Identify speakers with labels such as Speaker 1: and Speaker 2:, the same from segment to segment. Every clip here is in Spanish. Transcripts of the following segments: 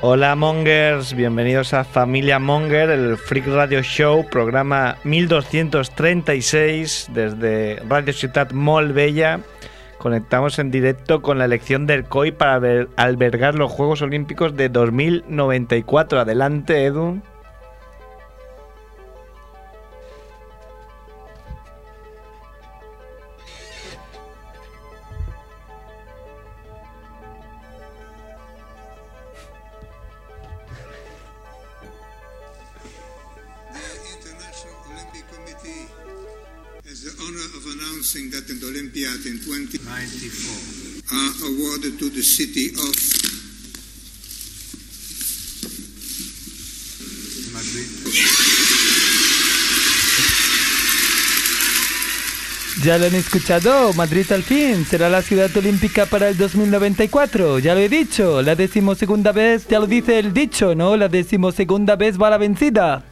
Speaker 1: Hola Mongers, bienvenidos a Familia Monger, el Freak Radio Show, programa 1236 desde Radio Ciudad Molbella. Conectamos en directo con la elección del COI para ver- albergar los Juegos Olímpicos de 2094. Adelante, Edu.
Speaker 2: The International Olympic Committee has the honor of announcing that the Olympiad in 2094 are awarded to the city of
Speaker 3: Ya lo han escuchado, Madrid al fin será la ciudad olímpica para el 2094, ya lo he dicho, la decimosegunda vez, ya lo dice el dicho, ¿no? La decimosegunda vez va la vencida.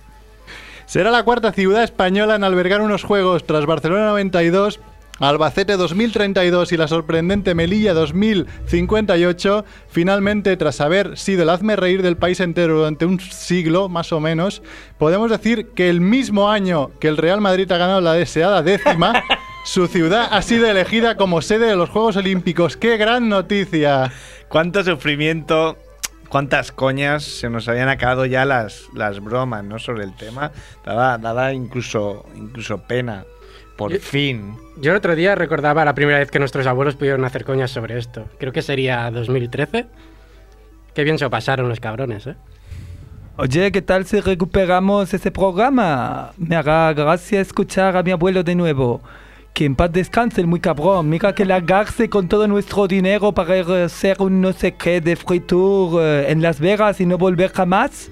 Speaker 4: Será la cuarta ciudad española en albergar unos juegos tras Barcelona 92, Albacete 2032 y la sorprendente Melilla 2058. Finalmente, tras haber sido el hazme reír del país entero durante un siglo más o menos, podemos decir que el mismo año que el Real Madrid ha ganado la deseada décima. Su ciudad ha sido elegida como sede de los Juegos Olímpicos. ¡Qué gran noticia!
Speaker 1: Cuánto sufrimiento, cuántas coñas, se nos habían acabado ya las, las bromas, ¿no? Sobre el tema. Daba, daba incluso, incluso pena. Por
Speaker 5: Yo-
Speaker 1: fin.
Speaker 5: Yo el otro día recordaba la primera vez que nuestros abuelos pudieron hacer coñas sobre esto. Creo que sería 2013. Qué bien se lo pasaron los cabrones, ¿eh?
Speaker 3: Oye, ¿qué tal si recuperamos ese programa? Me hará gracia escuchar a mi abuelo de nuevo. Que en paz descanse el muy cabrón. Mira que largarse con todo nuestro dinero para ir a hacer un no sé qué de free tour eh, en Las Vegas y no volver jamás.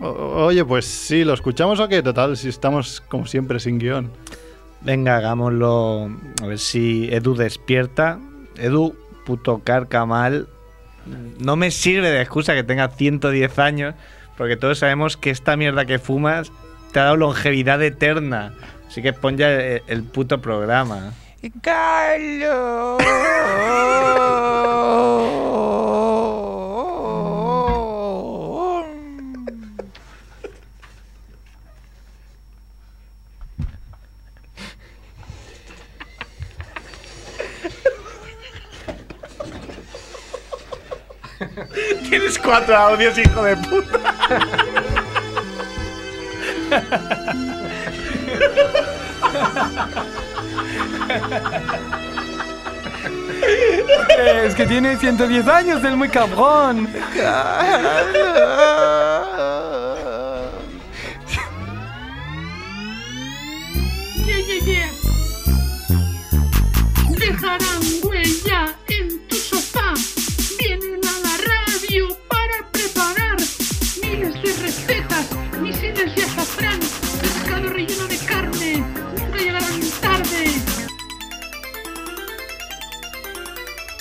Speaker 4: O- oye, pues sí, ¿lo escuchamos o qué? Total, si estamos como siempre sin guión.
Speaker 1: Venga, hagámoslo. A ver si Edu despierta. Edu, puto carca mal. No me sirve de excusa que tenga 110 años, porque todos sabemos que esta mierda que fumas te ha dado longevidad eterna. Así que pon ya el, el puto programa. Tienes cuatro audios, hijo de puta.
Speaker 3: Es que tiene 110 años el muy cabrón.
Speaker 6: Yeah, yeah, yeah. Dejarán huella en tu sofá. Vienen a la radio para preparar miles de recetas, misiles de azafrán, pescado relleno de carne. Nunca llegarán tarde.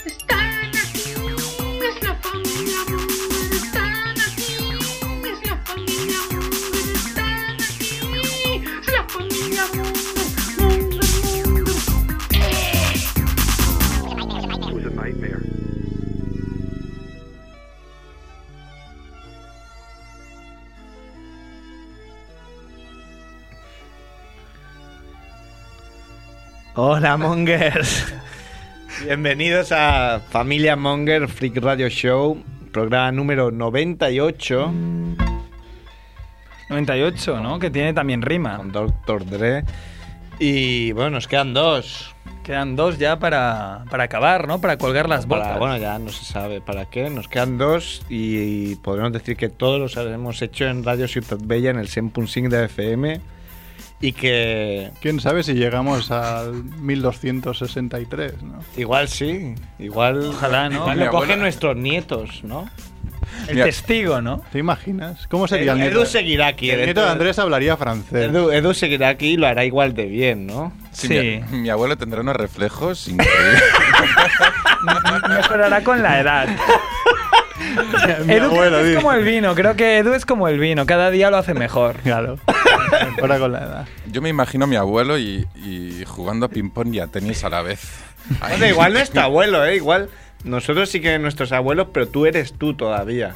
Speaker 6: Están aquí, es la familia Munger. Están aquí, es la familia Munger. Están aquí, es la familia Munger. Munger, Munger.
Speaker 1: Hola, Mongers. Bienvenidos a Familia Monger Freak Radio Show, programa número 98.
Speaker 3: 98, ¿no? Que tiene también rima.
Speaker 1: con Doctor Dre. Y bueno, nos quedan dos.
Speaker 3: Quedan dos ya para, para acabar, ¿no? Para colgar las
Speaker 1: Para-
Speaker 3: botas.
Speaker 1: bueno, ya no se sabe para qué. Nos quedan dos y podremos decir que todos los hemos hecho en Radio Ciudad Bella en el 100.5 de FM. Y que
Speaker 4: ¿Quién sabe si llegamos al 1263, no?
Speaker 1: igual sí, igual.
Speaker 3: Ojalá, ¿no?
Speaker 1: igual
Speaker 7: Mi
Speaker 1: lo
Speaker 7: abuela-
Speaker 1: cogen nuestros nietos, ¿no?
Speaker 3: El
Speaker 7: Mira.
Speaker 3: testigo, ¿no? Eh,
Speaker 4: ¿Te imaginas? ¿Cómo sería el
Speaker 1: Edu
Speaker 4: nieto?
Speaker 1: seguirá aquí.
Speaker 4: El nieto de Andrés hablaría francés.
Speaker 1: Edu, Edu seguirá aquí y lo hará igual de bien, ¿no?
Speaker 3: Sí.
Speaker 7: Mi, mi abuelo tendrá unos reflejos increíbles.
Speaker 3: Mejorará con la edad.
Speaker 4: Mi
Speaker 3: Edu creo
Speaker 4: abuelo,
Speaker 3: que es
Speaker 4: dice.
Speaker 3: como el vino, creo que Edu es como el vino, cada día lo hace mejor.
Speaker 4: Claro. Ahora con la edad.
Speaker 7: Yo me imagino a mi abuelo y, y jugando a ping-pong y a tenis a la vez. Ahí.
Speaker 1: O sea, igual nuestro abuelo, ¿eh? Igual nosotros sí que nuestros abuelos, pero tú eres tú todavía.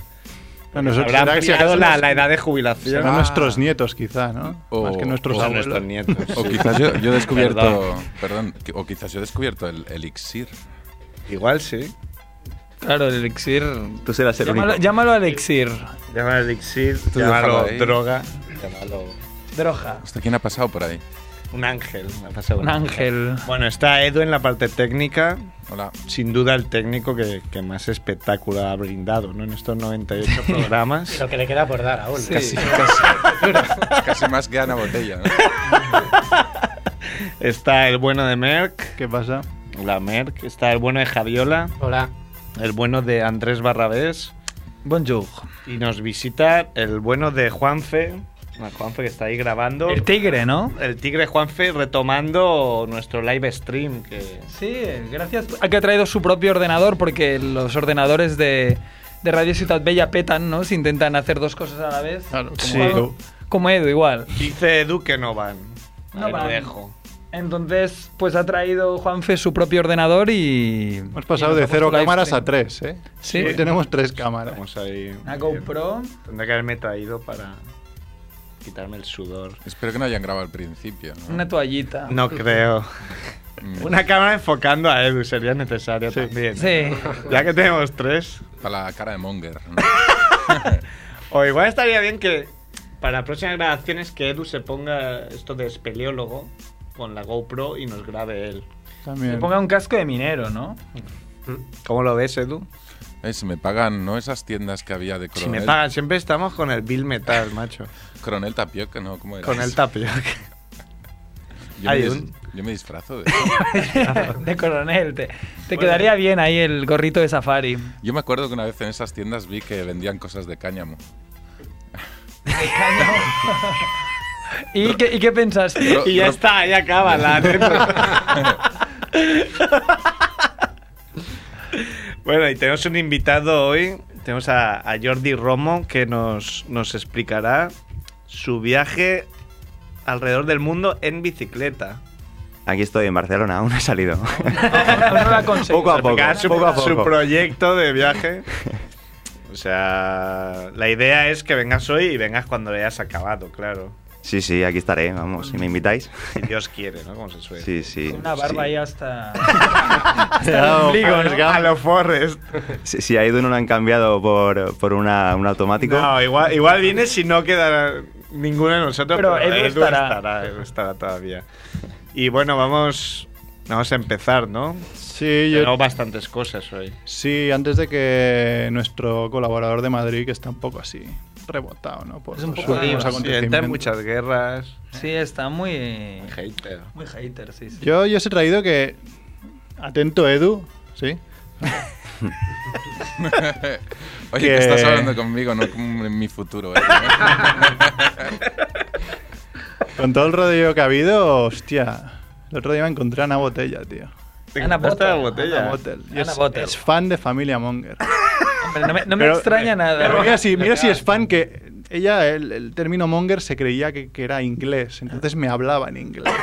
Speaker 4: A nosotros-
Speaker 1: Habrá
Speaker 4: será que si
Speaker 1: ampliado
Speaker 4: acaso
Speaker 1: la,
Speaker 4: nos-
Speaker 1: la edad de
Speaker 4: serán
Speaker 3: Ah.
Speaker 1: jubilación.
Speaker 4: nuestros nietos, quizá, ¿no?
Speaker 7: O-
Speaker 4: Más que nuestros
Speaker 7: o
Speaker 1: a
Speaker 4: abuelos.
Speaker 1: nuestros nietos.
Speaker 7: O
Speaker 1: sí.
Speaker 7: quizás yo, yo he descubierto.
Speaker 1: Perdón.
Speaker 7: Perdón, qui- o quizás yo he descubierto el elixir.
Speaker 1: Igual sí.
Speaker 8: Claro, el elixir. Tú serás el
Speaker 3: Llámalo,
Speaker 8: único.
Speaker 3: llámalo Alexir.
Speaker 1: Llámalo elixir,
Speaker 7: Tú
Speaker 1: llámalo
Speaker 7: déjalo ahí.
Speaker 1: droga, llámalo
Speaker 3: Droja.
Speaker 7: ¿Hasta quién ha pasado por ahí?
Speaker 1: un ángel. me ha pasado
Speaker 3: Un ángel.
Speaker 1: Bueno, está Edu en la parte técnica.
Speaker 7: Hola.
Speaker 1: Sin duda el técnico que, que más espectáculo ha brindado ¿no? en estos 98 programas.
Speaker 5: Lo que le queda por dar aún.
Speaker 8: Sí,
Speaker 5: Casi.
Speaker 7: Casi más que Ana Botella, ¿no?
Speaker 1: Está el bueno de Merck,
Speaker 4: ¿Qué pasa?
Speaker 1: la Merck. Está el bueno de Javiola,
Speaker 5: Hola.
Speaker 1: el bueno de Andrés Barrabés.
Speaker 3: Bonjour.
Speaker 1: Y nos visita el bueno de Juanfe. Bueno, Juanfe que está ahí grabando.
Speaker 3: El tigre, ¿no?
Speaker 1: El tigre Juanfe retomando nuestro live stream. Que...
Speaker 3: Sí, gracias a que ha traído su propio ordenador, porque los ordenadores de, de Radio Ciudad Bella petan, ¿no? Si intentan hacer dos cosas a la vez.
Speaker 4: Claro, como
Speaker 1: Sí.
Speaker 4: Edu.
Speaker 3: Como Edu, igual.
Speaker 1: Dice Edu que no van.
Speaker 3: No
Speaker 1: Ahí lo
Speaker 3: van.
Speaker 1: dejo.
Speaker 3: Entonces, pues ha traído Juanfe su propio ordenador y...
Speaker 4: Hemos
Speaker 3: y
Speaker 4: pasado
Speaker 3: nos
Speaker 4: de
Speaker 3: ha
Speaker 4: cero
Speaker 3: puesto live
Speaker 4: cámaras
Speaker 3: stream.
Speaker 4: a tres, ¿eh?
Speaker 3: Sí.
Speaker 4: Hoy tenemos tres cámaras.
Speaker 1: Vamos ahí.
Speaker 3: Una GoPro.
Speaker 1: Tendré que haberme traído para quitarme el sudor.
Speaker 7: Espero que no hayan grabado al principio. ¿no?
Speaker 3: Una toallita.
Speaker 1: No creo.
Speaker 7: Mm,
Speaker 1: Una cámara enfocando a Edu sería necesario también.
Speaker 3: Sí.
Speaker 7: ¿eh?
Speaker 1: Ya que tenemos tres.
Speaker 7: Para la cara de Monger. ¿no?
Speaker 1: O igual estaría bien que para próximas grabaciones que Edu se ponga esto de espeleólogo con la GoPro y nos grabe él.
Speaker 4: También.
Speaker 3: Se ponga un casco de minero, ¿no?
Speaker 7: Mm.
Speaker 1: ¿Cómo lo ves, Edu?
Speaker 7: Eh, si me pagan, ¿no? Esas tiendas que había de
Speaker 1: Si
Speaker 7: Coronel,
Speaker 1: me pagan, siempre estamos con el Bill Metal, macho.
Speaker 7: Coronel Tapioca, ¿no? ¿Cómo era
Speaker 1: Con el
Speaker 7: eso?
Speaker 1: tapio.
Speaker 7: Pues, Yo,
Speaker 1: hay
Speaker 7: me dis-
Speaker 1: un-
Speaker 7: yo me disfrazo de eso.
Speaker 3: de coronel. Te, te quedaría bien ahí el gorrito de safari.
Speaker 7: Yo me acuerdo que una vez en esas tiendas vi que vendían cosas de cáñamo.
Speaker 3: ¿Y qué, y qué pensaste?
Speaker 7: Ro-
Speaker 1: Y ya
Speaker 7: ro-
Speaker 1: está, ahí acaba la anécdota. bueno, y tenemos un invitado hoy. Tenemos a, a Jordi Romo que nos, nos explicará su viaje alrededor del mundo en bicicleta.
Speaker 8: Aquí estoy en Barcelona, aún no he salido.
Speaker 3: Aún no lo ha conseguido.
Speaker 8: Poco a poco.
Speaker 1: Explicar su,
Speaker 8: poco a
Speaker 1: su
Speaker 8: poco.
Speaker 1: proyecto de viaje. O sea, la idea es que vengas hoy y vengas cuando lo hayas acabado, claro.
Speaker 8: Sí, sí, aquí estaré, vamos, si me invitáis.
Speaker 1: Si Dios quiere, ¿no? Como se suele.
Speaker 8: Sí, sí.
Speaker 3: Con Una barba
Speaker 8: sí.
Speaker 3: ahí hasta...
Speaker 4: Te ha dado
Speaker 1: Digo,
Speaker 4: Forrest
Speaker 1: ¿no?
Speaker 4: Gump.
Speaker 1: A lo Forrest.
Speaker 8: Si, si a Edu no lo han cambiado por, por una, un automático.
Speaker 1: No, igual, igual viene si no queda ninguno de nosotros, pero,
Speaker 3: Pero
Speaker 1: Edu,
Speaker 3: Edu
Speaker 1: estará.
Speaker 3: estará.
Speaker 1: Edu estará todavía. Y bueno, vamos, vamos a empezar, ¿no?
Speaker 4: Sí, yo-
Speaker 1: Tenemos bastantes cosas hoy.
Speaker 4: sí, antes de que nuestro colaborador de Madrid, que está un poco así rebotado, ¿no? Por
Speaker 3: Es un
Speaker 4: los
Speaker 3: poco
Speaker 4: últimos
Speaker 3: lío, sí,
Speaker 1: Sí, entra en
Speaker 4: acontecimientos.
Speaker 1: muchas guerras.
Speaker 3: Sí, está muy...
Speaker 1: Hater.
Speaker 3: Muy hater, sí, sí.
Speaker 4: Yo, yo os he traído que. Atento, Edu. Sí.
Speaker 7: Oye, que
Speaker 4: Que-
Speaker 7: estás hablando conmigo, no como en mi futuro. ¿eh?
Speaker 4: Con todo el rodeo que ha habido, hostia. El otro día me encontré a Ana Botella, tío.
Speaker 3: Ana
Speaker 1: Bota
Speaker 3: Botel,
Speaker 1: la botella.
Speaker 4: Ana Botel. Y
Speaker 3: Ana
Speaker 4: es,
Speaker 3: Botel.
Speaker 4: es fan de Familia Monger.
Speaker 3: Hombre, no me, no me
Speaker 4: Pero- eh,
Speaker 3: extraña nada.
Speaker 4: Pero mira si, mira si es fan que ella, el, el término monger, se creía que, que era inglés, entonces me hablaba en inglés.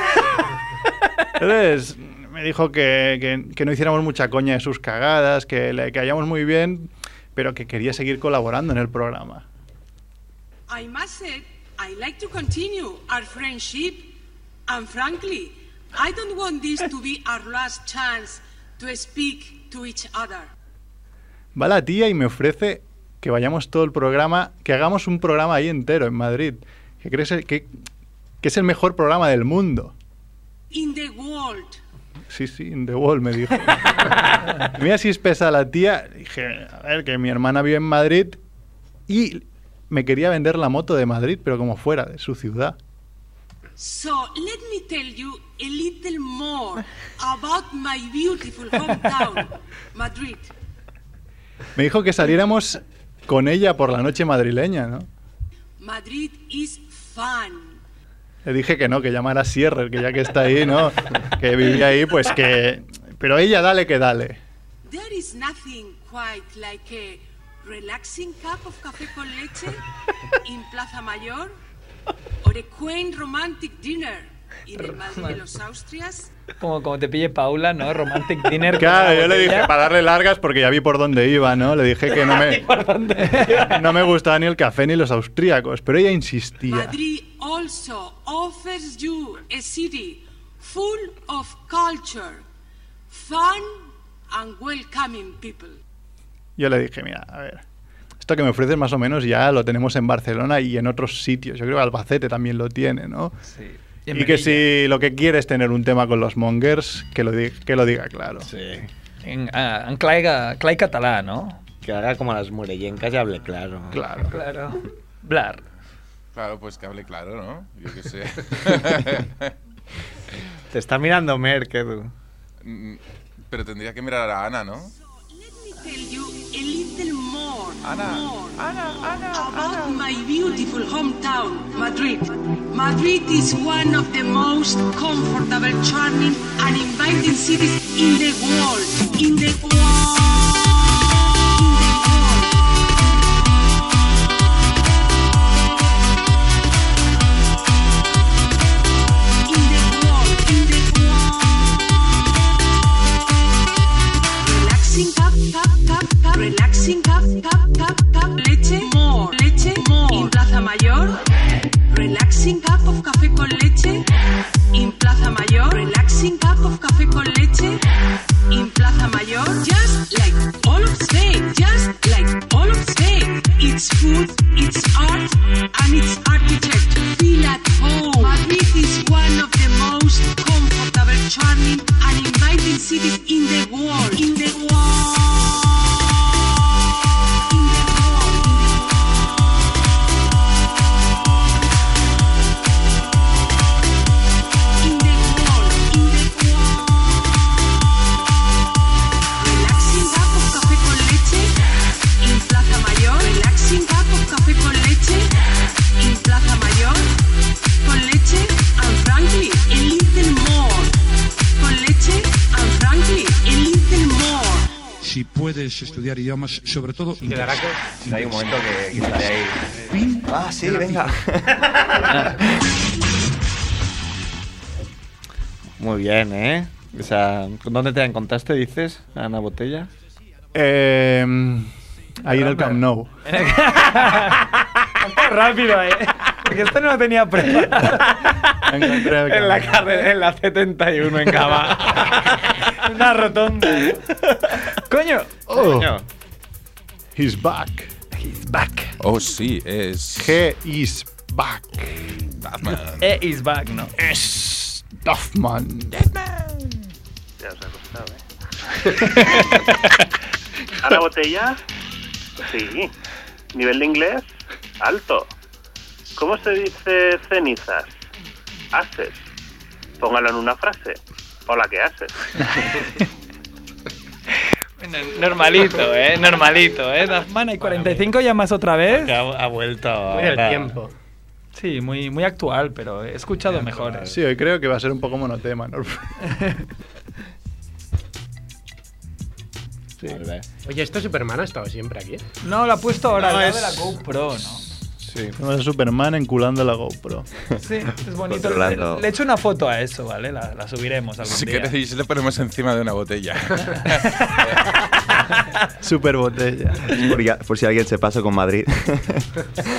Speaker 4: Entonces me dijo que, que- que no hiciéramos mucha coña de sus cagadas, que le caíamos muy bien, pero que quería seguir colaborando en el programa.
Speaker 9: I must say, I like to continue our friendship. And frankly, I don't want this to be our last chance to speak to each other.
Speaker 4: Va la tía y me ofrece que vayamos todo el programa, que hagamos un programa ahí entero en Madrid, que, crees el- que, que es el mejor programa del mundo.
Speaker 9: In the world.
Speaker 4: Sí, sí, in the wall, me dijo. Mira si es pesa la tía. Dije, a ver, que mi hermana vive en Madrid y me quería vender la moto de Madrid, pero como fuera de su ciudad.
Speaker 9: So let me tell you a little more about my beautiful hometown, Madrid.
Speaker 4: Me dijo que saliéramos con ella por la noche madrileña, ¿no?
Speaker 9: Madrid is fun.
Speaker 4: Le dije que no, que llamara a Sierra, que ya que está ahí, ¿no? Que vivía ahí, pues que... Pero ella dale que dale.
Speaker 9: There is nothing quite like a relaxing cup of café con leche in Plaza Mayor or a quaint romantic dinner y del Madrid de los Austrias.
Speaker 3: Como, como te pille Paula, ¿no? Romantic dinner. con
Speaker 4: Claro,
Speaker 3: una
Speaker 4: yo le dije
Speaker 3: botella.
Speaker 4: para darle largas porque ya vi por dónde iba, ¿no? Le dije que no me,
Speaker 3: ¿Por dónde?
Speaker 4: no me gustaba ni el café ni los austríacos, pero ella insistía.
Speaker 9: Madrid also offers you a city full of culture, fun and welcoming people.
Speaker 4: Yo le dije, mira, a ver, esto que me ofreces más o menos ya lo tenemos en Barcelona y en otros sitios. Yo creo que Albacete también lo tiene, ¿no?
Speaker 3: Sí.
Speaker 4: Y que si lo que quieres es tener un tema con los mongers, que lo, di- que lo diga claro.
Speaker 1: Sí.
Speaker 3: En, ah, en clay, ga- clay catalá, ¿no?
Speaker 1: Que haga como las mureyencas y hable claro.
Speaker 4: Claro.
Speaker 3: Claro. Blar.
Speaker 7: Claro, pues que hable claro, ¿no? Yo qué sé.
Speaker 1: Te está mirando Merck, Edu.
Speaker 7: Mm, Pero tendría que mirar a Ana, ¿no?
Speaker 9: Let me tell you a little more,
Speaker 7: Ana,
Speaker 9: more
Speaker 7: Ana, Ana,
Speaker 9: about
Speaker 7: Ana.
Speaker 9: my beautiful hometown, Madrid. Madrid is one of the most comfortable, charming, and inviting cities in the world. In the world. In the world. In the world. In the world. Relaxing cup, cup, cup, cup. Relaxing cup, cup, cup, cup. Leche more, leche more. In Plaza Mayor. Relaxing cup of café con leche. In Plaza Mayor. Relaxing cup of café con leche. In Plaza Mayor. Just like all of Spain. Just like all of Spain. It's food, it's art, and it's architecture. Feel at home. Madrid is one of the most comfortable, charming, and inviting cities in the world. In the world. In the world. In the world. In the world, in the world. Relaxing cup of café con leche. En Plaza Mayor. Relaxing cup of café con leche. En Plaza Mayor. Con leche and frankly, a little more. Con leche and frankly, a little more.
Speaker 10: Si puedes estudiar idiomas, sobre todo
Speaker 8: Hay un momento que, que sale ahí. Ah, sí, venga.
Speaker 1: Muy bien, ¿eh? O sea, ¿dónde te la encontraste, dices, Ana Botella?
Speaker 4: Eh, ahí en el Camp Nou.
Speaker 3: Rápido, eh. Porque esto no lo tenía preparado.
Speaker 4: Encontré
Speaker 1: En
Speaker 4: el Camp
Speaker 1: la
Speaker 4: Nou.
Speaker 1: carrera, en la 71 en Cava.
Speaker 3: Una rotonda. Coño.
Speaker 4: Oh,
Speaker 1: Coño,
Speaker 4: he's back.
Speaker 7: Oh, sí, es.
Speaker 4: He is back.
Speaker 7: Batman.
Speaker 3: E is back, ¿no?
Speaker 4: Es Duffman.
Speaker 11: Ya os ha costado, ¿eh? ¿A la botella? Sí. ¿Nivel de inglés? Alto. ¿Cómo se dice cenizas? Haces. Póngalo en una frase. Hola, ¿qué haces?
Speaker 3: Bueno, Normalito, eh. Normalito, eh. Dasman, hay 45 llamas otra vez.
Speaker 1: ha, ha vuelto.
Speaker 5: Muy del
Speaker 1: ahora.
Speaker 5: tiempo.
Speaker 3: Sí, muy, muy actual, pero he escuchado mejores.
Speaker 4: Sí, hoy creo que va a ser un poco monotema. ¿no?
Speaker 1: Vale.
Speaker 5: Oye, ¿esto Superman ha estado siempre aquí?
Speaker 3: No, lo ha puesto ahora
Speaker 1: No,
Speaker 3: al lado
Speaker 1: es-
Speaker 3: de la GoPro, ¿no?
Speaker 1: Sí.
Speaker 4: Tenemos a Superman enculando la GoPro.
Speaker 3: Sí, es bonito.
Speaker 8: Controlando.
Speaker 3: Le, le echo una foto a eso, ¿vale? La, la subiremos algún
Speaker 7: Si
Speaker 3: día.
Speaker 7: queréis, le ponemos encima de una botella.
Speaker 4: Super botella.
Speaker 8: Por, ya- por si alguien se pasa con Madrid.
Speaker 7: Pero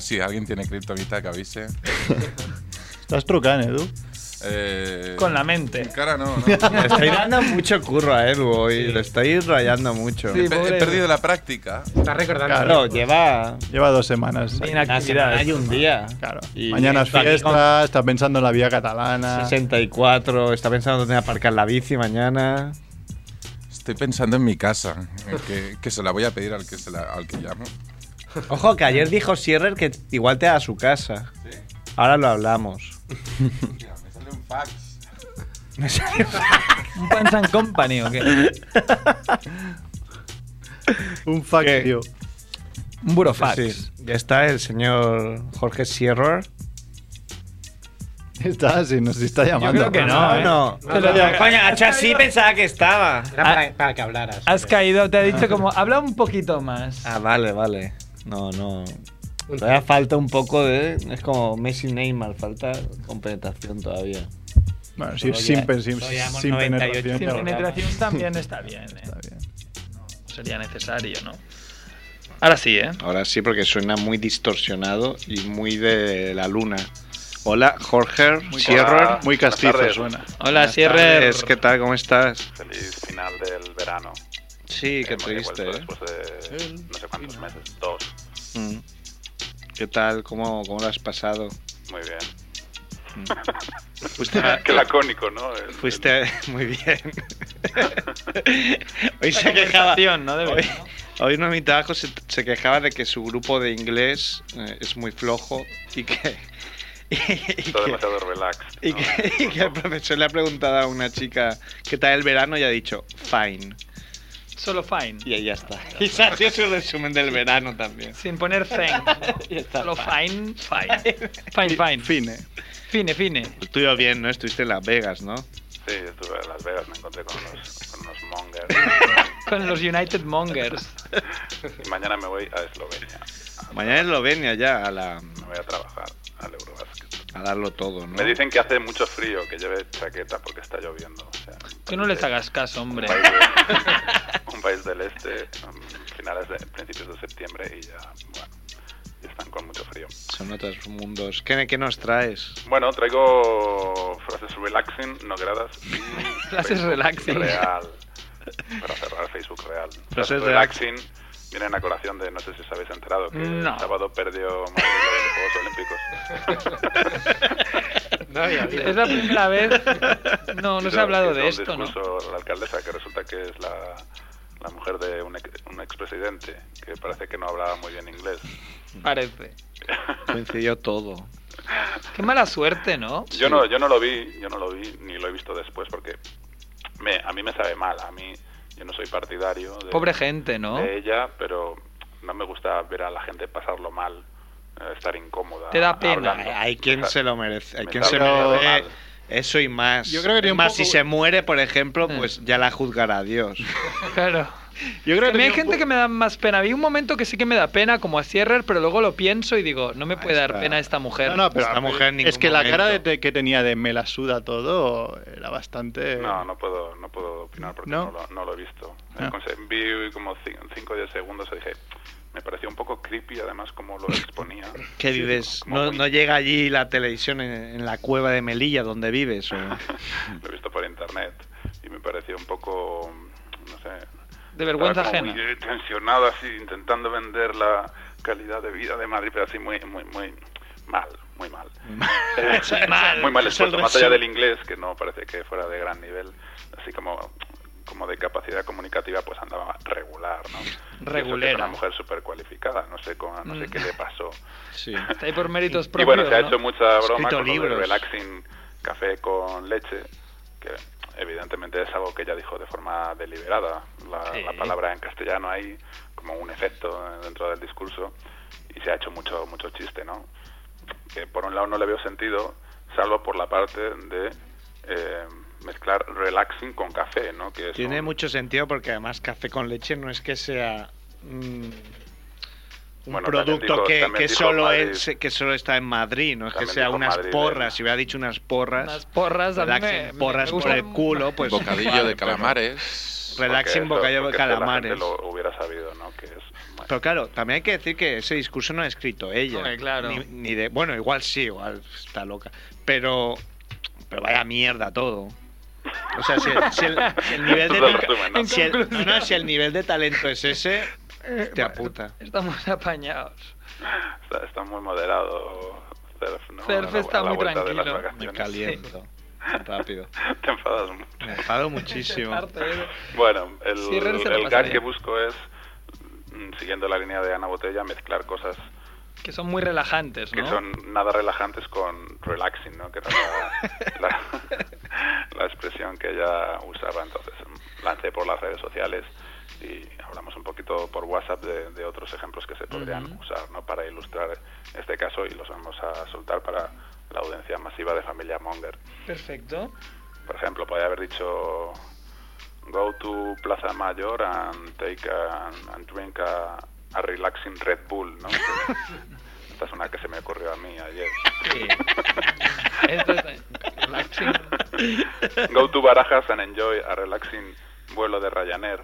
Speaker 7: si Pues alguien tiene criptomita, que avise.
Speaker 4: Estás trucán, Edu.
Speaker 7: Eh,
Speaker 3: Con la mente.
Speaker 7: mi cara no, no.
Speaker 1: Le estoy dando mucho curro a Edu hoy. Le estoy rayando mucho.
Speaker 3: Sí.
Speaker 7: He pe-
Speaker 3: pobre.
Speaker 7: He perdido la práctica.
Speaker 5: Está recordando.
Speaker 1: Claro, lleva
Speaker 4: Lleva dos semanas.
Speaker 1: una semana
Speaker 3: Inactividad.
Speaker 1: y un día.
Speaker 4: Claro.
Speaker 1: Y
Speaker 4: Mañana es
Speaker 1: está aquí con
Speaker 4: fiesta, está pensando en la vía catalana.
Speaker 1: 64, está pensando dónde aparcar la bici mañana.
Speaker 7: Estoy pensando en mi casa, en que, que se la voy a pedir al que, se la- al que llamo.
Speaker 1: Ojo, que ayer dijo Sierrer que igual te da a su casa. Ahora lo hablamos.
Speaker 7: Mira, me sale un fax.
Speaker 3: ¿Un Pans and Company o qué?
Speaker 4: Un fuck
Speaker 1: ¿Qué?
Speaker 4: you.
Speaker 3: Un burofax.
Speaker 1: Sí, ya está el señor Jorge Sierrer.
Speaker 4: Está así, nos está
Speaker 3: creo
Speaker 4: llamando.
Speaker 3: que no, ¿eh?
Speaker 1: no.
Speaker 3: Te lo-
Speaker 1: Coño, ha hecho así, pensaba que estaba.
Speaker 5: Era para, para que hablaras.
Speaker 3: Has caído, te ha dicho como, habla un poquito más.
Speaker 1: Ah, vale, vale. No, no. Todavía falta un poco de. Es como Messi Neymar, falta compenetración todavía.
Speaker 4: Bueno, sí,
Speaker 1: Solo
Speaker 4: sin
Speaker 1: ya-
Speaker 4: pen- sin-
Speaker 1: solo llevamos
Speaker 4: sin
Speaker 1: 98
Speaker 4: penetración.
Speaker 12: Sin
Speaker 1: programas.
Speaker 12: penetración también está bien, ¿eh? No Sería necesario, ¿no? Ahora sí, ¿eh?
Speaker 1: Ahora sí, porque suena muy distorsionado y muy de la luna. Hola, Jorge.
Speaker 12: Muy
Speaker 1: Sierra.
Speaker 12: ca- Muy castizo buenas tardes. suena. Hola, Sierrer.
Speaker 1: Sierra. ¿Qué tal? ¿Cómo estás?
Speaker 13: Feliz final del verano.
Speaker 1: Sí, qué triste.
Speaker 13: Vuelto
Speaker 1: ¿eh?
Speaker 13: Después de no sé cuántos meses, dos.
Speaker 1: Mm. ¿Qué tal? ¿Cómo, ¿Cómo lo has pasado?
Speaker 13: Muy bien.
Speaker 1: Mm.
Speaker 13: Ah,
Speaker 1: Fuiste
Speaker 13: Qué lacónico, ¿no? El-
Speaker 1: Fuiste muy bien. hoy se quejaba. hoy, hoy uno de mis trabajos se, se quejaba de que su grupo de inglés eh, es muy flojo y que. y- y
Speaker 13: Todo
Speaker 1: que-
Speaker 13: demasiado relax.
Speaker 1: y que, y que el profesor le ha preguntado a una chica qué tal el verano y ha dicho fine.
Speaker 12: Solo fine.
Speaker 1: Y ahí ya está. Y se ha sido su resumen del verano también.
Speaker 12: Sin poner zen. Solo fine, fine. Fine, fine.
Speaker 1: Fine.
Speaker 12: Fine, fine.
Speaker 1: El tuyo bien, ¿no? Estuviste en Las Vegas, ¿no?
Speaker 13: Sí, yo estuve en Las Vegas, me encontré con unos, con unos mongers.
Speaker 12: Con los United Mongers.
Speaker 13: y mañana me voy a Eslovenia.
Speaker 1: Mañana en Eslovenia ya a la.
Speaker 13: Me voy a trabajar al Eurobasket.
Speaker 1: a darlo todo, ¿no?
Speaker 13: Me dicen que hace mucho frío, que lleve chaqueta porque está lloviendo. O sea,
Speaker 12: Tú no les hagas caso, hombre.
Speaker 13: un país del este, mm, finales de principios de septiembre y ya, bueno, ya están con mucho frío.
Speaker 1: Son otros mundos. ¿Qué, qué nos traes?
Speaker 13: Bueno, traigo frases relaxing, no gradas. y
Speaker 1: Frases
Speaker 13: Facebook
Speaker 1: relaxing.
Speaker 13: Real. Para cerrar Facebook real. Frases,
Speaker 1: relax.
Speaker 13: relaxing vienen a colación de, no sé si os habéis enterado, que
Speaker 12: No.
Speaker 13: el sábado perdió Madrid en los Juegos Olímpicos.
Speaker 12: Es la primera vez. No, no se
Speaker 13: Hizo-
Speaker 12: ha hablado
Speaker 13: hizo
Speaker 12: de
Speaker 13: un
Speaker 12: esto, ¿no?
Speaker 13: discurso La alcaldesa, que resulta que es la, la mujer de un, ex- un expresidente, que parece que no hablaba muy bien inglés.
Speaker 12: Parece.
Speaker 1: Coincidió todo.
Speaker 12: Qué mala suerte, ¿no?
Speaker 13: Yo no, yo no lo vi, yo no lo vi, ni lo he visto después porque me, a mí me sabe mal, a mí yo no soy partidario de,
Speaker 12: Pobre gente, ¿no?
Speaker 13: de ella, pero no me gusta ver a la gente pasarlo mal, eh, estar incómoda.
Speaker 1: Te da pena.
Speaker 13: hablando.
Speaker 1: Hay quien se lo merece. Hay
Speaker 13: Me
Speaker 1: quien
Speaker 13: sabe
Speaker 1: se
Speaker 13: mal.
Speaker 1: merece eso y más.
Speaker 13: Yo creo que
Speaker 1: Es
Speaker 13: tiene un
Speaker 1: más
Speaker 13: poco-
Speaker 1: si se muere, por
Speaker 12: Hmm.
Speaker 1: ejemplo, pues ya la juzgará Dios.
Speaker 12: Claro.
Speaker 4: Yo
Speaker 12: creo que a mí hay gente que me da más pena. Había un momento que sí que me da pena, como a Sierrer, pero luego lo pienso y digo, no me puede dar pena esta mujer.
Speaker 4: No, no, pero es que la cara de te- que tenía de me la suda todo era bastante...
Speaker 13: No, no puedo, no puedo opinar porque no,
Speaker 4: ¿No?
Speaker 13: lo, no lo he visto.
Speaker 4: Ah.
Speaker 13: Eh, conse- Vi como 5 o 10 segundos y dije, me pareció un poco creepy además como lo exponía.
Speaker 1: ¿Qué vives? ¿No, no llega allí la televisión en, en la cueva de Melilla donde vives? o?
Speaker 13: lo he visto por internet y me pareció un poco, no sé...
Speaker 12: De vergüenza
Speaker 13: estaba como
Speaker 12: ajena.
Speaker 13: Muy eh, tensionado así, intentando vender la calidad de vida de Madrid, pero así muy, muy, muy mal, muy mal. Eh,
Speaker 12: Eso es mal,
Speaker 13: Muy mal
Speaker 12: eso es
Speaker 13: expuesto, más allá
Speaker 12: resumen.
Speaker 13: del inglés, que no parece que fuera de gran nivel, así como como de capacidad comunicativa pues andaba regular, ¿no? Y eso que
Speaker 12: Regulera.
Speaker 13: es Una mujer súper cualificada, no sé, con, no sé
Speaker 12: Mm.
Speaker 13: qué le pasó.
Speaker 1: Sí.
Speaker 12: Está ahí por méritos
Speaker 13: Y
Speaker 12: propios.
Speaker 13: bueno, se ha
Speaker 12: ¿no?
Speaker 13: hecho mucha broma con lo del relaxing café con leche, que evidentemente es algo que ella dijo de forma deliberada. La, la palabra en castellano hay como un efecto dentro del discurso y se ha hecho mucho, mucho chiste, ¿no? Que por un lado no le veo sentido, salvo por la parte de eh, mezclar relaxing con café, ¿no? Que es
Speaker 1: Tiene
Speaker 13: un-
Speaker 1: mucho sentido porque además café con leche no es que sea mm, un
Speaker 13: Bueno, también
Speaker 1: producto
Speaker 13: dijo-
Speaker 1: que,
Speaker 13: también
Speaker 1: que
Speaker 13: dijo
Speaker 1: solo
Speaker 13: Madrid.
Speaker 1: es, que solo está en Madrid, no es que
Speaker 13: También
Speaker 1: sea
Speaker 13: dijo
Speaker 1: unas
Speaker 13: Madrid, eh.
Speaker 1: porras. Si hubiera dicho unas porras, unas
Speaker 12: porras, a mí me- me-
Speaker 1: porras
Speaker 12: me gusta
Speaker 1: por el culo, pues
Speaker 7: Bocadillo
Speaker 1: vale,
Speaker 7: de
Speaker 1: pero-
Speaker 7: calamares.
Speaker 1: Relaxing
Speaker 13: porque eso-
Speaker 1: bocadillo de
Speaker 13: porque la gente
Speaker 1: calamares.
Speaker 13: lo hubiera sabido, ¿no? Que es
Speaker 1: Pero claro, también hay que decir que ese discurso no ha escrito ella.
Speaker 12: Hombre, claro.
Speaker 1: Ni, ni de, bueno, igual sí, igual está loca. Pero, pero vaya mierda todo. O sea, si, si el, si el nivel de
Speaker 12: Todo el resumen, ¿no?
Speaker 1: ta- si el-
Speaker 12: En conclusión.
Speaker 1: no, no, si el nivel de talento es ese,
Speaker 5: Eh,
Speaker 12: Eh,
Speaker 1: hostia puta.
Speaker 12: Estamos apañados.
Speaker 13: Está, está muy moderado Cerf, ¿no?
Speaker 12: Cerf
Speaker 13: A la-
Speaker 12: está
Speaker 13: a la
Speaker 12: muy
Speaker 13: vuelta de las
Speaker 12: tranquilo.
Speaker 13: vacaciones.
Speaker 1: Me caliento. Rápido.
Speaker 13: Te enfadas mucho.
Speaker 1: Me enfado muchísimo.
Speaker 13: Bueno, el,
Speaker 1: eh. Sí, Ren se lo
Speaker 13: el
Speaker 1: pasa
Speaker 13: gag
Speaker 1: bien.
Speaker 13: que busco es, mm, siguiendo la línea de Ana Botella, mezclar cosas
Speaker 12: Que son muy relajantes,
Speaker 13: que
Speaker 12: ¿no?
Speaker 13: son nada relajantes con relaxing, ¿no? Que era la, la- la expresión que ella usaba. Entonces lancé por las redes sociales y hablamos un poquito por WhatsApp de, de otros ejemplos que se podrían usar, ¿no? Para ilustrar este caso y los vamos a soltar para la audiencia masiva de Familia Monger.
Speaker 12: Perfecto.
Speaker 13: Por ejemplo, podría haber dicho go to Plaza Mayor and take a, and drink a, a relaxing Red Bull, ¿no? Esta es una que se me ocurrió a mí ayer.
Speaker 12: Esto es relaxing.
Speaker 13: Go to Barajas and enjoy a relaxing vuelo de Ryanair.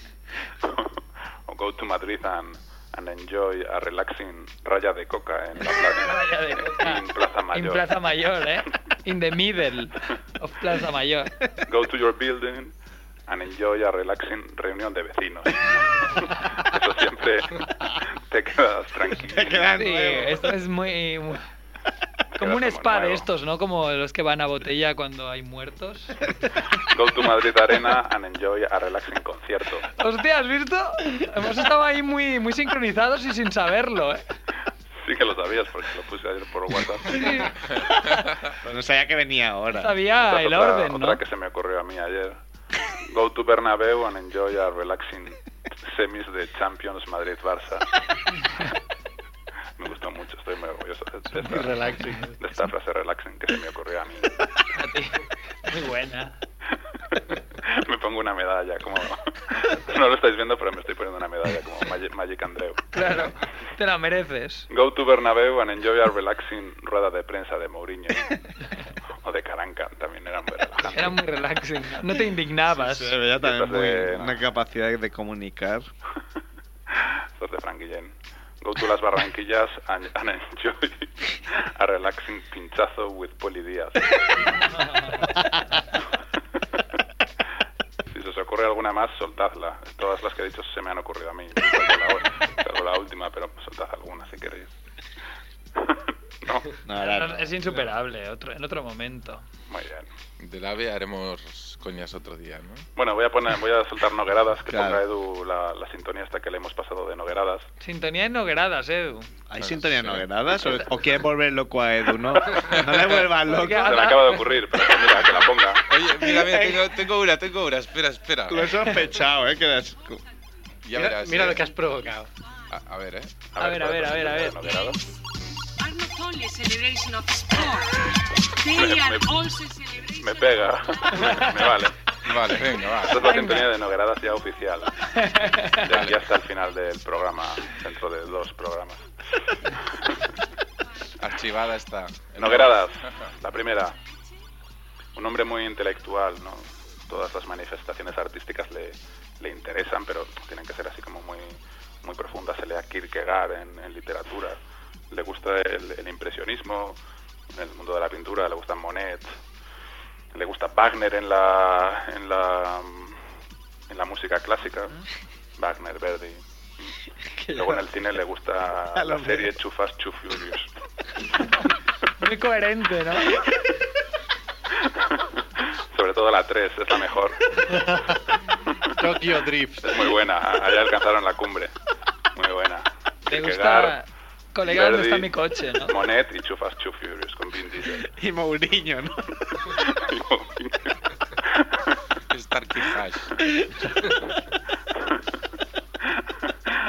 Speaker 13: o go to Madrid and, and enjoy a relaxing raya de coca en la playa.
Speaker 12: Raya de coca.
Speaker 13: En Plaza Mayor.
Speaker 12: En Plaza Mayor, ¿eh? In the middle of Plaza Mayor.
Speaker 13: Go to your building and enjoy a relaxing reunión de vecinos. Eso siempre te quedas tranquilo.
Speaker 12: Sí, esto es muy... muy- Como un spa de estos, ¿no? Como los que van a botella cuando hay muertos.
Speaker 13: Go to Madrid Arena and enjoy a relaxing concierto.
Speaker 12: Hostia, ¿has visto? Hemos estado ahí muy, muy sincronizados y sin saberlo, ¿eh?
Speaker 13: Sí que lo sabías porque lo puse ayer por WhatsApp.
Speaker 1: Pues no sabía que venía ahora.
Speaker 13: Esta es otra- Otra que se me ocurrió a mí ayer. Go to Bernabéu and enjoy a relaxing semis de Champions Madrid-Barça. me gustó mucho, estoy muy orgulloso de, de esta,
Speaker 12: Relaxing.
Speaker 13: de esta frase relaxing que se me ocurrió a mí.
Speaker 12: Muy buena.
Speaker 13: me pongo una medalla, como... no lo estáis viendo, pero me estoy poniendo una medalla, como Magic, Magic Andreu.
Speaker 12: Claro, te la mereces.
Speaker 13: Go to Bernabéu and enjoy a relaxing rueda de prensa de Mourinho. o de Caranca, también eran muy relajantes.
Speaker 12: Era muy relaxing. No te indignabas.
Speaker 1: Se veía también muy- una capacidad de comunicar.
Speaker 13: Estos de Frank Guillén. Go to las Barranquillas and, and enjoy a relaxing pinchazo with Poli Díaz. si se os ocurre alguna más, soltadla. Todas las que he dicho se me han ocurrido a mí, salvo la, ul- salvo la última, pero soltad alguna si queréis. no.
Speaker 12: No, Es insuperable, otro, en otro momento.
Speaker 13: Muy bien.
Speaker 7: Del AVE haremos coñas otro día, ¿no?
Speaker 13: Bueno, voy a poner, voy a soltar Nogueradas, que
Speaker 7: Claro.
Speaker 13: ponga Edu la, la sintonía esta que le hemos pasado de Nogueradas.
Speaker 12: Sintonía en Nogueradas, Edu.
Speaker 1: ¿Hay sintonía en nogueradas? ¿O, o quieres volver loco a Edu? No, no le vuelvas loco.
Speaker 12: Porque
Speaker 13: Se me acaba de ocurrir, pero que mira, que la ponga. Eh.
Speaker 7: Oye, mira, mira, tengo, tengo una, tengo una, espera, espera.
Speaker 1: Lo he sospechado, ¿eh? Que las-
Speaker 7: Ya
Speaker 5: Mira-
Speaker 7: verás,
Speaker 5: mira
Speaker 7: eh.
Speaker 5: lo que has provocado.
Speaker 7: A, a ver, ¿eh?
Speaker 5: A ver, a ver, a ver, a ver.
Speaker 9: Are not only a celebration of sport, they are also a
Speaker 13: Me pega. me vale.
Speaker 7: Vale, venga, va.
Speaker 13: Esta es la sintonía de Nogueradas ya oficial. De aquí hasta el final del programa, dentro de dos programas.
Speaker 7: Archivada está.
Speaker 13: Nogueradas, la primera. Un hombre muy intelectual, ¿no? Todas las manifestaciones artísticas le, le interesan, pero tienen que ser así como muy, muy profundas. Se lea Kierkegaard en, en literatura. Le gusta el, el impresionismo, en el mundo de la pintura, le gusta Monet, le gusta Wagner en la, en la, en la música clásica. Wagner, Verdi. Luego en el cine le gusta
Speaker 12: A
Speaker 13: la
Speaker 12: los
Speaker 13: serie Chufas Chufurious.
Speaker 12: Muy coherente, ¿no?
Speaker 13: Sobre todo la 3, es la mejor.
Speaker 12: Tokyo Drift.
Speaker 13: Es muy buena, allá alcanzaron la cumbre. Muy buena.
Speaker 12: Te gusta.
Speaker 13: Kierkegaard,
Speaker 12: Colega, ¿dónde
Speaker 13: Verdi,
Speaker 12: está mi coche, no?
Speaker 13: Monet y Chufas Chufurious con Vin Diesel.
Speaker 1: Y Mourinho, ¿no?
Speaker 7: Starkey Hash.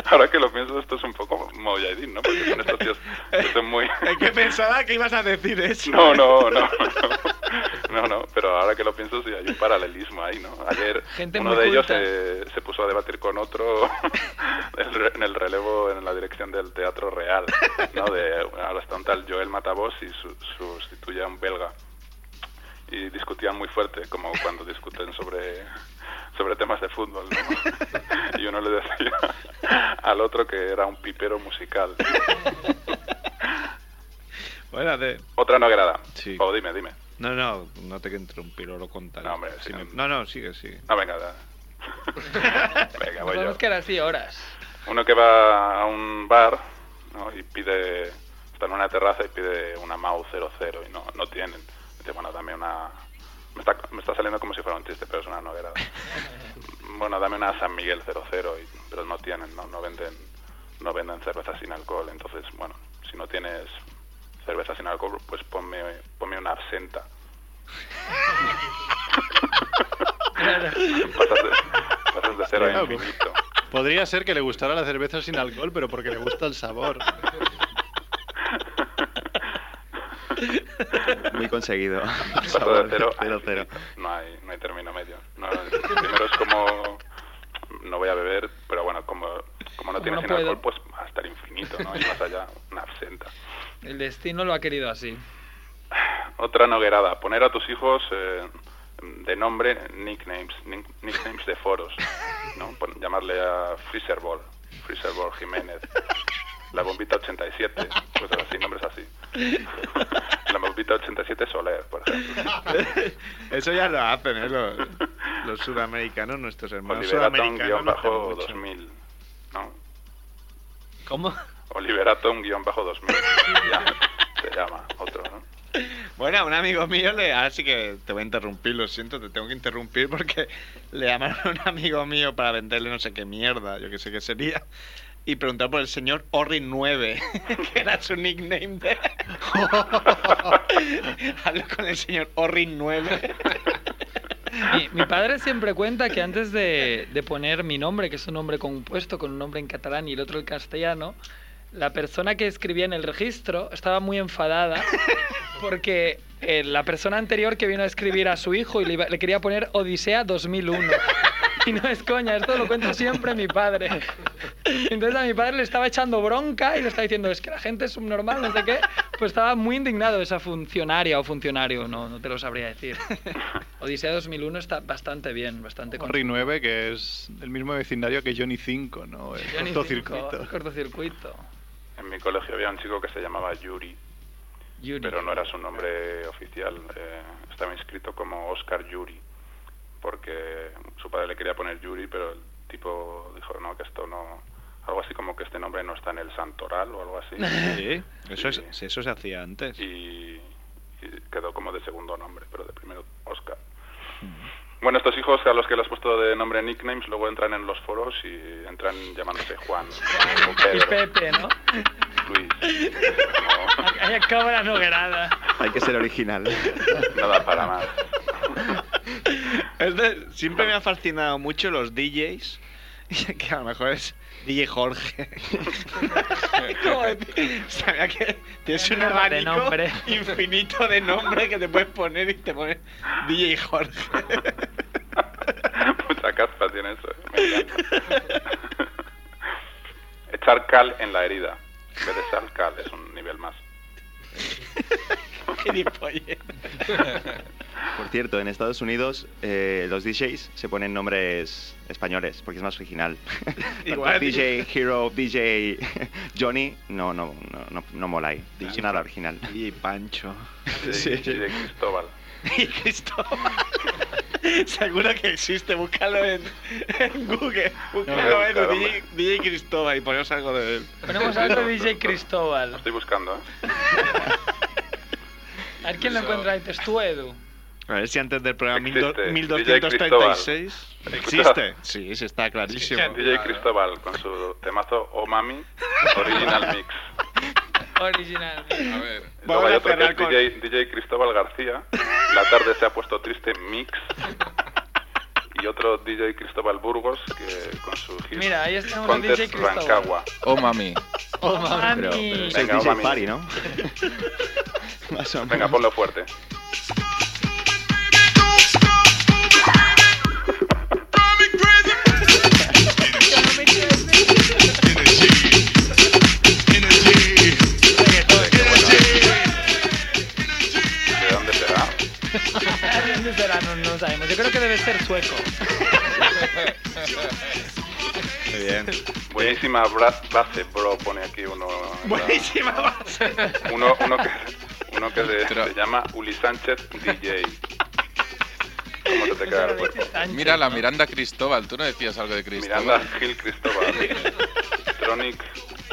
Speaker 13: Ahora que lo pienso, esto es un poco Mojadin, ¿no? Porque son estos tíos que son muy...
Speaker 1: Es que pensaba que ibas a decir eso.
Speaker 13: No, no, no, no. No, no, pero ahora que lo pienso, sí, hay un paralelismo ahí, ¿no? Ayer
Speaker 12: Gente
Speaker 13: uno
Speaker 12: muy
Speaker 13: de ellos
Speaker 12: culta.
Speaker 13: eh, se, puso a debatir con otro el re- en el relevo en la dirección del Teatro Real, ¿no? De, ahora está un tal Joel Matabos y su- sustituye a un belga. Y discutían muy fuerte, como cuando discuten sobre, sobre temas de fútbol, ¿no? Y uno le decía al otro que era un pipero musical.
Speaker 1: Bueno, de-
Speaker 13: Otra no agrada.
Speaker 1: Sí.
Speaker 13: O dime, dime.
Speaker 1: No, no, no te que interrumpir, lo contaré.
Speaker 13: No, hombre,
Speaker 1: Si
Speaker 13: sí,
Speaker 1: me-
Speaker 13: no.
Speaker 1: no, no, sigue, sigue.
Speaker 13: Ah, venga, da. venga,
Speaker 12: Nos
Speaker 13: voy yo.
Speaker 12: podemos quedar así horas.
Speaker 13: Uno que va a un bar ¿no? y pide, está en una terraza y pide una Mau 00 y no, no tienen. Dice, bueno, dame una... Me está, me está saliendo como si fuera un chiste, pero es una novedad. bueno, dame una San Miguel 00, y, pero no tienen, no, no venden no venden cerveza sin alcohol. Entonces, bueno, si no tienes cerveza sin alcohol, pues ponme, ponme una absenta. pasas, de, pasas de cero a
Speaker 4: Claro.
Speaker 13: infinito.
Speaker 4: Podría ser que le gustara la cerveza sin alcohol, pero porque le gusta el sabor.
Speaker 8: Muy conseguido.
Speaker 13: Paso de cero a
Speaker 8: Cero, cero.
Speaker 13: No hay, no hay término medio. No, primero es como no voy a beber, pero bueno, como, como no
Speaker 12: Como
Speaker 13: tienes
Speaker 12: no
Speaker 13: sin
Speaker 12: puedo.
Speaker 13: alcohol, pues hasta el infinito, ¿no? Y más allá, una
Speaker 3: El destino lo ha querido así.
Speaker 13: Otra noguerada, poner a tus hijos eh, de nombre nicknames, nick- nicknames de foros, ¿no? Pon- llamarle a Freezer Ball, Freezer Ball Jiménez, la bombita 87, cosas pues así, nombres así. La bombita 87 Soler, por ejemplo.
Speaker 1: Eso ya lo hacen, ¿eh? Los, los sudamericanos, nuestros hermanos sudamericanos. lo hacen mucho.
Speaker 13: Oliveraton-2000, ¿no?
Speaker 3: ¿Cómo?
Speaker 13: Oliveraton-2000, ya, se llama otro, ¿no?
Speaker 1: Bueno, un amigo mío le. Ahora sí que te voy a interrumpir, lo siento, te tengo que interrumpir porque le llamaron a un amigo mío para venderle no sé qué mierda, yo que sé qué sería. Y preguntar por el señor Orri9, que era su nickname de. Hablo con el señor Orri9.
Speaker 3: Mi, mi padre siempre cuenta que antes de, de poner mi nombre, que es un nombre compuesto con un nombre en catalán y el otro en castellano, la persona que escribía en el registro estaba muy enfadada porque eh, la persona anterior que vino a escribir a su hijo y le, iba- le quería poner Odisea 2001. Y no es coña, esto lo cuenta siempre mi padre. Entonces a mi padre le estaba echando bronca y le estaba diciendo, es que la gente es subnormal, no sé qué. Pues estaba muy indignado esa funcionaria o funcionario, no, no te lo sabría decir. Odisea 2001 está bastante bien, bastante con-
Speaker 4: Henry 9, que es el mismo vecindario que Johnny 5, ¿no? El
Speaker 3: Johnny
Speaker 4: cortocircuito.
Speaker 3: Cinco, cortocircuito.
Speaker 13: En mi colegio había un chico que se llamaba Yuri,
Speaker 3: Yuri.
Speaker 13: pero no era su nombre oficial. eh, estaba inscrito como Oscar Yuri, porque su padre le quería poner Yuri, pero el tipo dijo, no, que esto no... Algo así como que este nombre no está en el santoral o algo así.
Speaker 1: Sí, eso, es, eso se hacía antes.
Speaker 13: Y, y quedó como de segundo nombre, pero de primero Oscar. Bueno, estos hijos a los que le has puesto de nombre nicknames luego entran en los foros y entran llamándose Juan, o
Speaker 3: Y
Speaker 13: Pedro,
Speaker 3: Pepe, ¿no?
Speaker 13: Luis.
Speaker 3: Ahí acaba la noguerada.
Speaker 14: Hay que ser original.
Speaker 13: Nada para más.
Speaker 1: Es de- siempre me ha fascinado mucho los DJs, que a lo mejor es DJ Jorge. Como de- sabía que tienes un abanico
Speaker 3: De nombre.
Speaker 1: infinito de nombres que te puedes poner y te pones DJ Jorge.
Speaker 13: Mucha caspa tiene eso. eh, me encanta. Echar cal en la herida. En vez de sal, cal es un nivel más.
Speaker 1: Gilipollez.
Speaker 14: Por cierto, en Estados Unidos eh, los DJs se ponen nombres españoles porque es más original. Tanto
Speaker 1: Igual.
Speaker 14: DJ Hero, DJ Johnny, no, no, no, no, no mola ahí. Es nada original.
Speaker 1: DJ Pancho.
Speaker 13: Sí, de Cristóbal.
Speaker 1: Y Cristóbal. Seguro que existe, búscalo en, en Google. Búscalo
Speaker 13: No,
Speaker 1: en
Speaker 13: claro,
Speaker 1: DJ, DJ Cristóbal y ponemos algo de él.
Speaker 3: Ponemos algo DJ Cristóbal.
Speaker 13: Estoy buscando, ¿eh?
Speaker 3: A ver quién lo encuentra antes, tú, Edu.
Speaker 1: A ver si antes del programa
Speaker 13: Existe,
Speaker 1: 1236
Speaker 13: DJ Cristóbal.
Speaker 1: existe. Sí, sí, está clarísimo.
Speaker 13: DJ Cristóbal con su temazo Oh Mami Original Mix.
Speaker 3: Original.
Speaker 13: A ver.
Speaker 1: Vamos
Speaker 13: Luego hay
Speaker 1: a
Speaker 13: otro que
Speaker 1: cerrar
Speaker 13: es
Speaker 1: con-
Speaker 13: DJ, DJ Cristóbal García. La tarde se ha puesto triste Mix. Y otro DJ Cristóbal Burgos que con su hit
Speaker 3: Mira, ahí está un
Speaker 13: Contest
Speaker 3: DJ Cristóbal.
Speaker 13: Rancagua.
Speaker 7: Oh, mami.
Speaker 3: Oh, mami.
Speaker 7: Pero- pero-
Speaker 14: Es el
Speaker 13: Venga,
Speaker 14: DJ
Speaker 13: mami.
Speaker 14: Party, ¿no? Más o menos.
Speaker 13: Venga, ponlo fuerte. ¿De dónde será?
Speaker 3: ¿Dónde será? "Ah, No, no sabemos. Yo creo que debe ser sueco.
Speaker 1: Muy bien.
Speaker 13: Buenísima bra- base, bro, pone aquí uno.
Speaker 1: Buenísima base.
Speaker 13: Uno, uno que, uno que se, se llama Uli Sánchez DJ. ¿Cómo se te queda el cuerpo?
Speaker 7: Mira la Miranda Cristóbal, tú no decías algo de Cristóbal.
Speaker 13: Miranda Gil Cristóbal. Tronic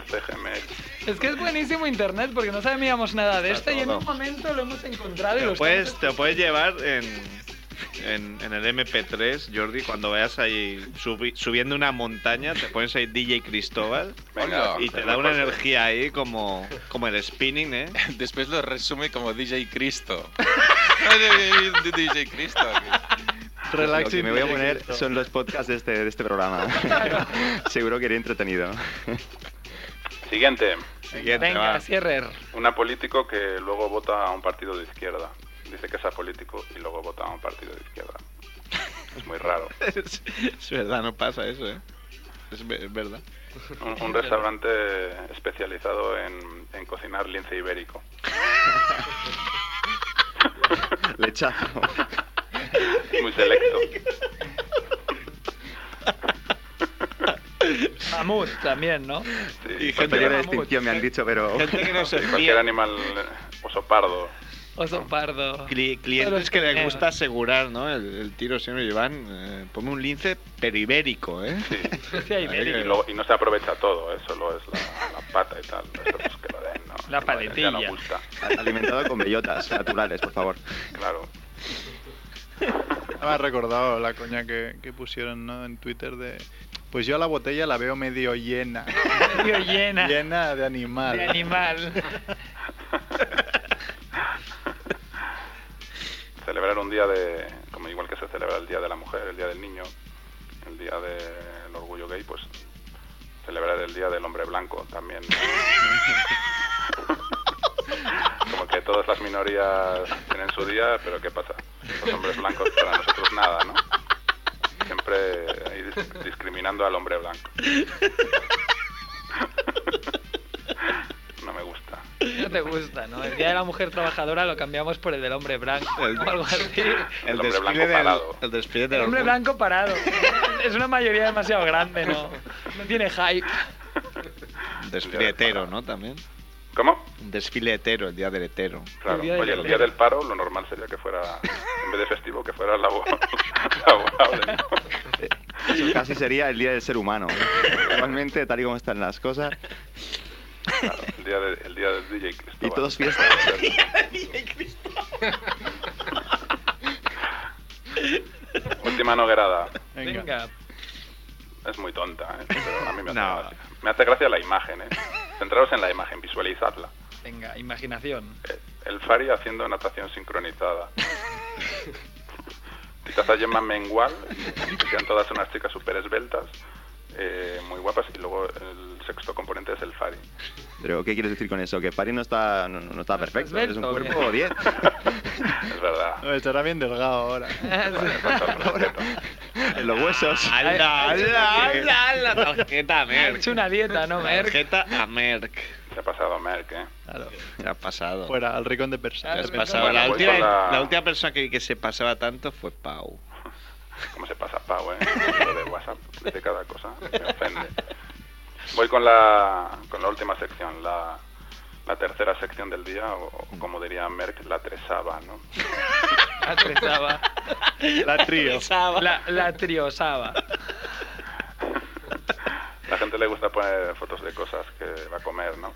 Speaker 13: CGMX.
Speaker 3: Es que es buenísimo internet porque no sabíamos nada de este
Speaker 1: Está
Speaker 3: esto y en
Speaker 1: todo.
Speaker 3: un momento lo hemos encontrado y
Speaker 1: Te
Speaker 3: lo
Speaker 1: lo puedes,
Speaker 3: estamos-
Speaker 1: te lo puedes llevar en, en, en el MP3, Jordi, cuando vayas ahí subi- subiendo una montaña, te pones ahí DJ Cristóbal
Speaker 7: Venga,
Speaker 1: y te da una energía ahí como, como el spinning, ¿eh?
Speaker 7: Después lo resume como DJ Cristo. Oye, DJ Cristo.
Speaker 14: Lo que me voy a poner son los podcasts de este, de este programa. Seguro que iré entretenido.
Speaker 13: Siguiente.
Speaker 3: Venga, cierrer.
Speaker 13: Un apolítico que luego vota a un partido de izquierda. Dice que es apolítico y luego vota a un partido de izquierda. Es muy raro.
Speaker 1: Es, es verdad, no pasa eso, ¿eh? Es, ve- es verdad.
Speaker 13: Un, un restaurante especializado en, en cocinar lince ibérico.
Speaker 14: Lechazo.
Speaker 13: Muy selecto.
Speaker 3: Mamut también, ¿no?
Speaker 14: Y gente de distinción me han
Speaker 13: pues,
Speaker 14: dicho, pero.
Speaker 13: Y cualquier animal, eh, oso pardo.
Speaker 3: Oso pardo.
Speaker 1: Cli-
Speaker 3: Pero
Speaker 1: clientes
Speaker 3: es
Speaker 1: que les
Speaker 3: que-
Speaker 1: gusta asegurar, ¿no? El, el tiro siempre llevan. eh, ponme un lince peribérico, ¿eh?
Speaker 13: Y, luego- y no se aprovecha todo, eh, solo es la, la pata y tal. Eso pues que lo den, ¿no?
Speaker 3: La
Speaker 13: Ya no
Speaker 3: paletilla.
Speaker 13: gusta.
Speaker 14: Alimentado con bellotas naturales, por favor.
Speaker 13: Claro.
Speaker 4: Me Ah, ha recordado la coña que, que pusieron ¿no? en Twitter de... Pues yo a la botella la veo medio llena.
Speaker 3: Medio llena.
Speaker 4: Llena de animal.
Speaker 3: De animal.
Speaker 13: celebrar un día de, como igual que se celebra el Día de la Mujer, el Día del Niño, el Día del Orgullo Gay, pues celebrar el Día del Hombre Blanco también. como que todas las minorías tienen su día, pero ¿qué pasa? Los hombres blancos para nosotros nada, ¿no? Siempre ahí dis- discriminando al hombre blanco. no me gusta.
Speaker 3: No te gusta, ¿no? El día de la mujer trabajadora lo cambiamos por el del hombre blanco o algo así.
Speaker 1: El,
Speaker 13: hombre
Speaker 1: desfile
Speaker 13: blanco
Speaker 1: del-
Speaker 13: parado.
Speaker 1: El desfile del
Speaker 3: El hombre
Speaker 1: orgullo.
Speaker 3: blanco parado. Es una mayoría demasiado grande, ¿no? No tiene hype.
Speaker 1: Desfile hetero, ¿no? También.
Speaker 13: ¿Cómo?
Speaker 1: Un desfile hetero, el día del hetero.
Speaker 13: Claro, oye, el día del paro lo normal sería que fuera, en vez de festivo, que fuera labo- laborable.
Speaker 14: Eso casi sería el día del ser humano. Igualmente, tal y como están las cosas.
Speaker 13: Claro, el, día de- el día del DJ Cristóbal.
Speaker 14: Y todos fiestas.
Speaker 13: Última noguerada.
Speaker 4: Venga.
Speaker 13: Es muy tonta, ¿eh? pero a mí me hace, gracia. me hace gracia la imagen. ¿eh? Centraros en la imagen, visualizadla.
Speaker 3: Venga, imaginación.
Speaker 13: El Fari haciendo natación sincronizada. Quizás a Gemma Mengual, que sean todas unas chicas súper esbeltas, eh, muy guapas, y luego el sexto componente es el Fari.
Speaker 14: Pero, ¿qué quieres decir con eso? Que Pari no está, no, no está perfecto. Es un
Speaker 13: esbelto,
Speaker 14: cuerpo
Speaker 13: ¿o qué?
Speaker 14: 10.
Speaker 13: Es verdad.
Speaker 4: No, estará bien delgado ahora.
Speaker 14: En los huesos.
Speaker 1: ¡Hala, hala, hala, hala! Tarjeta a
Speaker 3: Ha
Speaker 1: Merck.
Speaker 3: hecho una dieta, ¿no, Merck?
Speaker 1: Tarjeta a Merck.
Speaker 13: Se ha pasado a Merck, ¿eh?
Speaker 1: Se ha pasado.
Speaker 4: Fuera, al rincón de personas.
Speaker 1: Se has pasado.
Speaker 13: Bueno,
Speaker 1: la,
Speaker 13: voy
Speaker 1: última,
Speaker 13: con la-
Speaker 1: la última persona que, que se pasaba tanto fue Pau.
Speaker 13: ¿Cómo se pasa Pau, eh? Lo de WhatsApp, de cada cosa, me ofende. Voy con la, con la última sección, la, la tercera sección del día, o,
Speaker 4: Mm.
Speaker 13: o como diría Merck, la tresaba, ¿no?
Speaker 3: Atresaba.
Speaker 4: La trío.
Speaker 3: La, la triosaba.
Speaker 13: La gente le gusta poner fotos de cosas que va a comer, ¿no?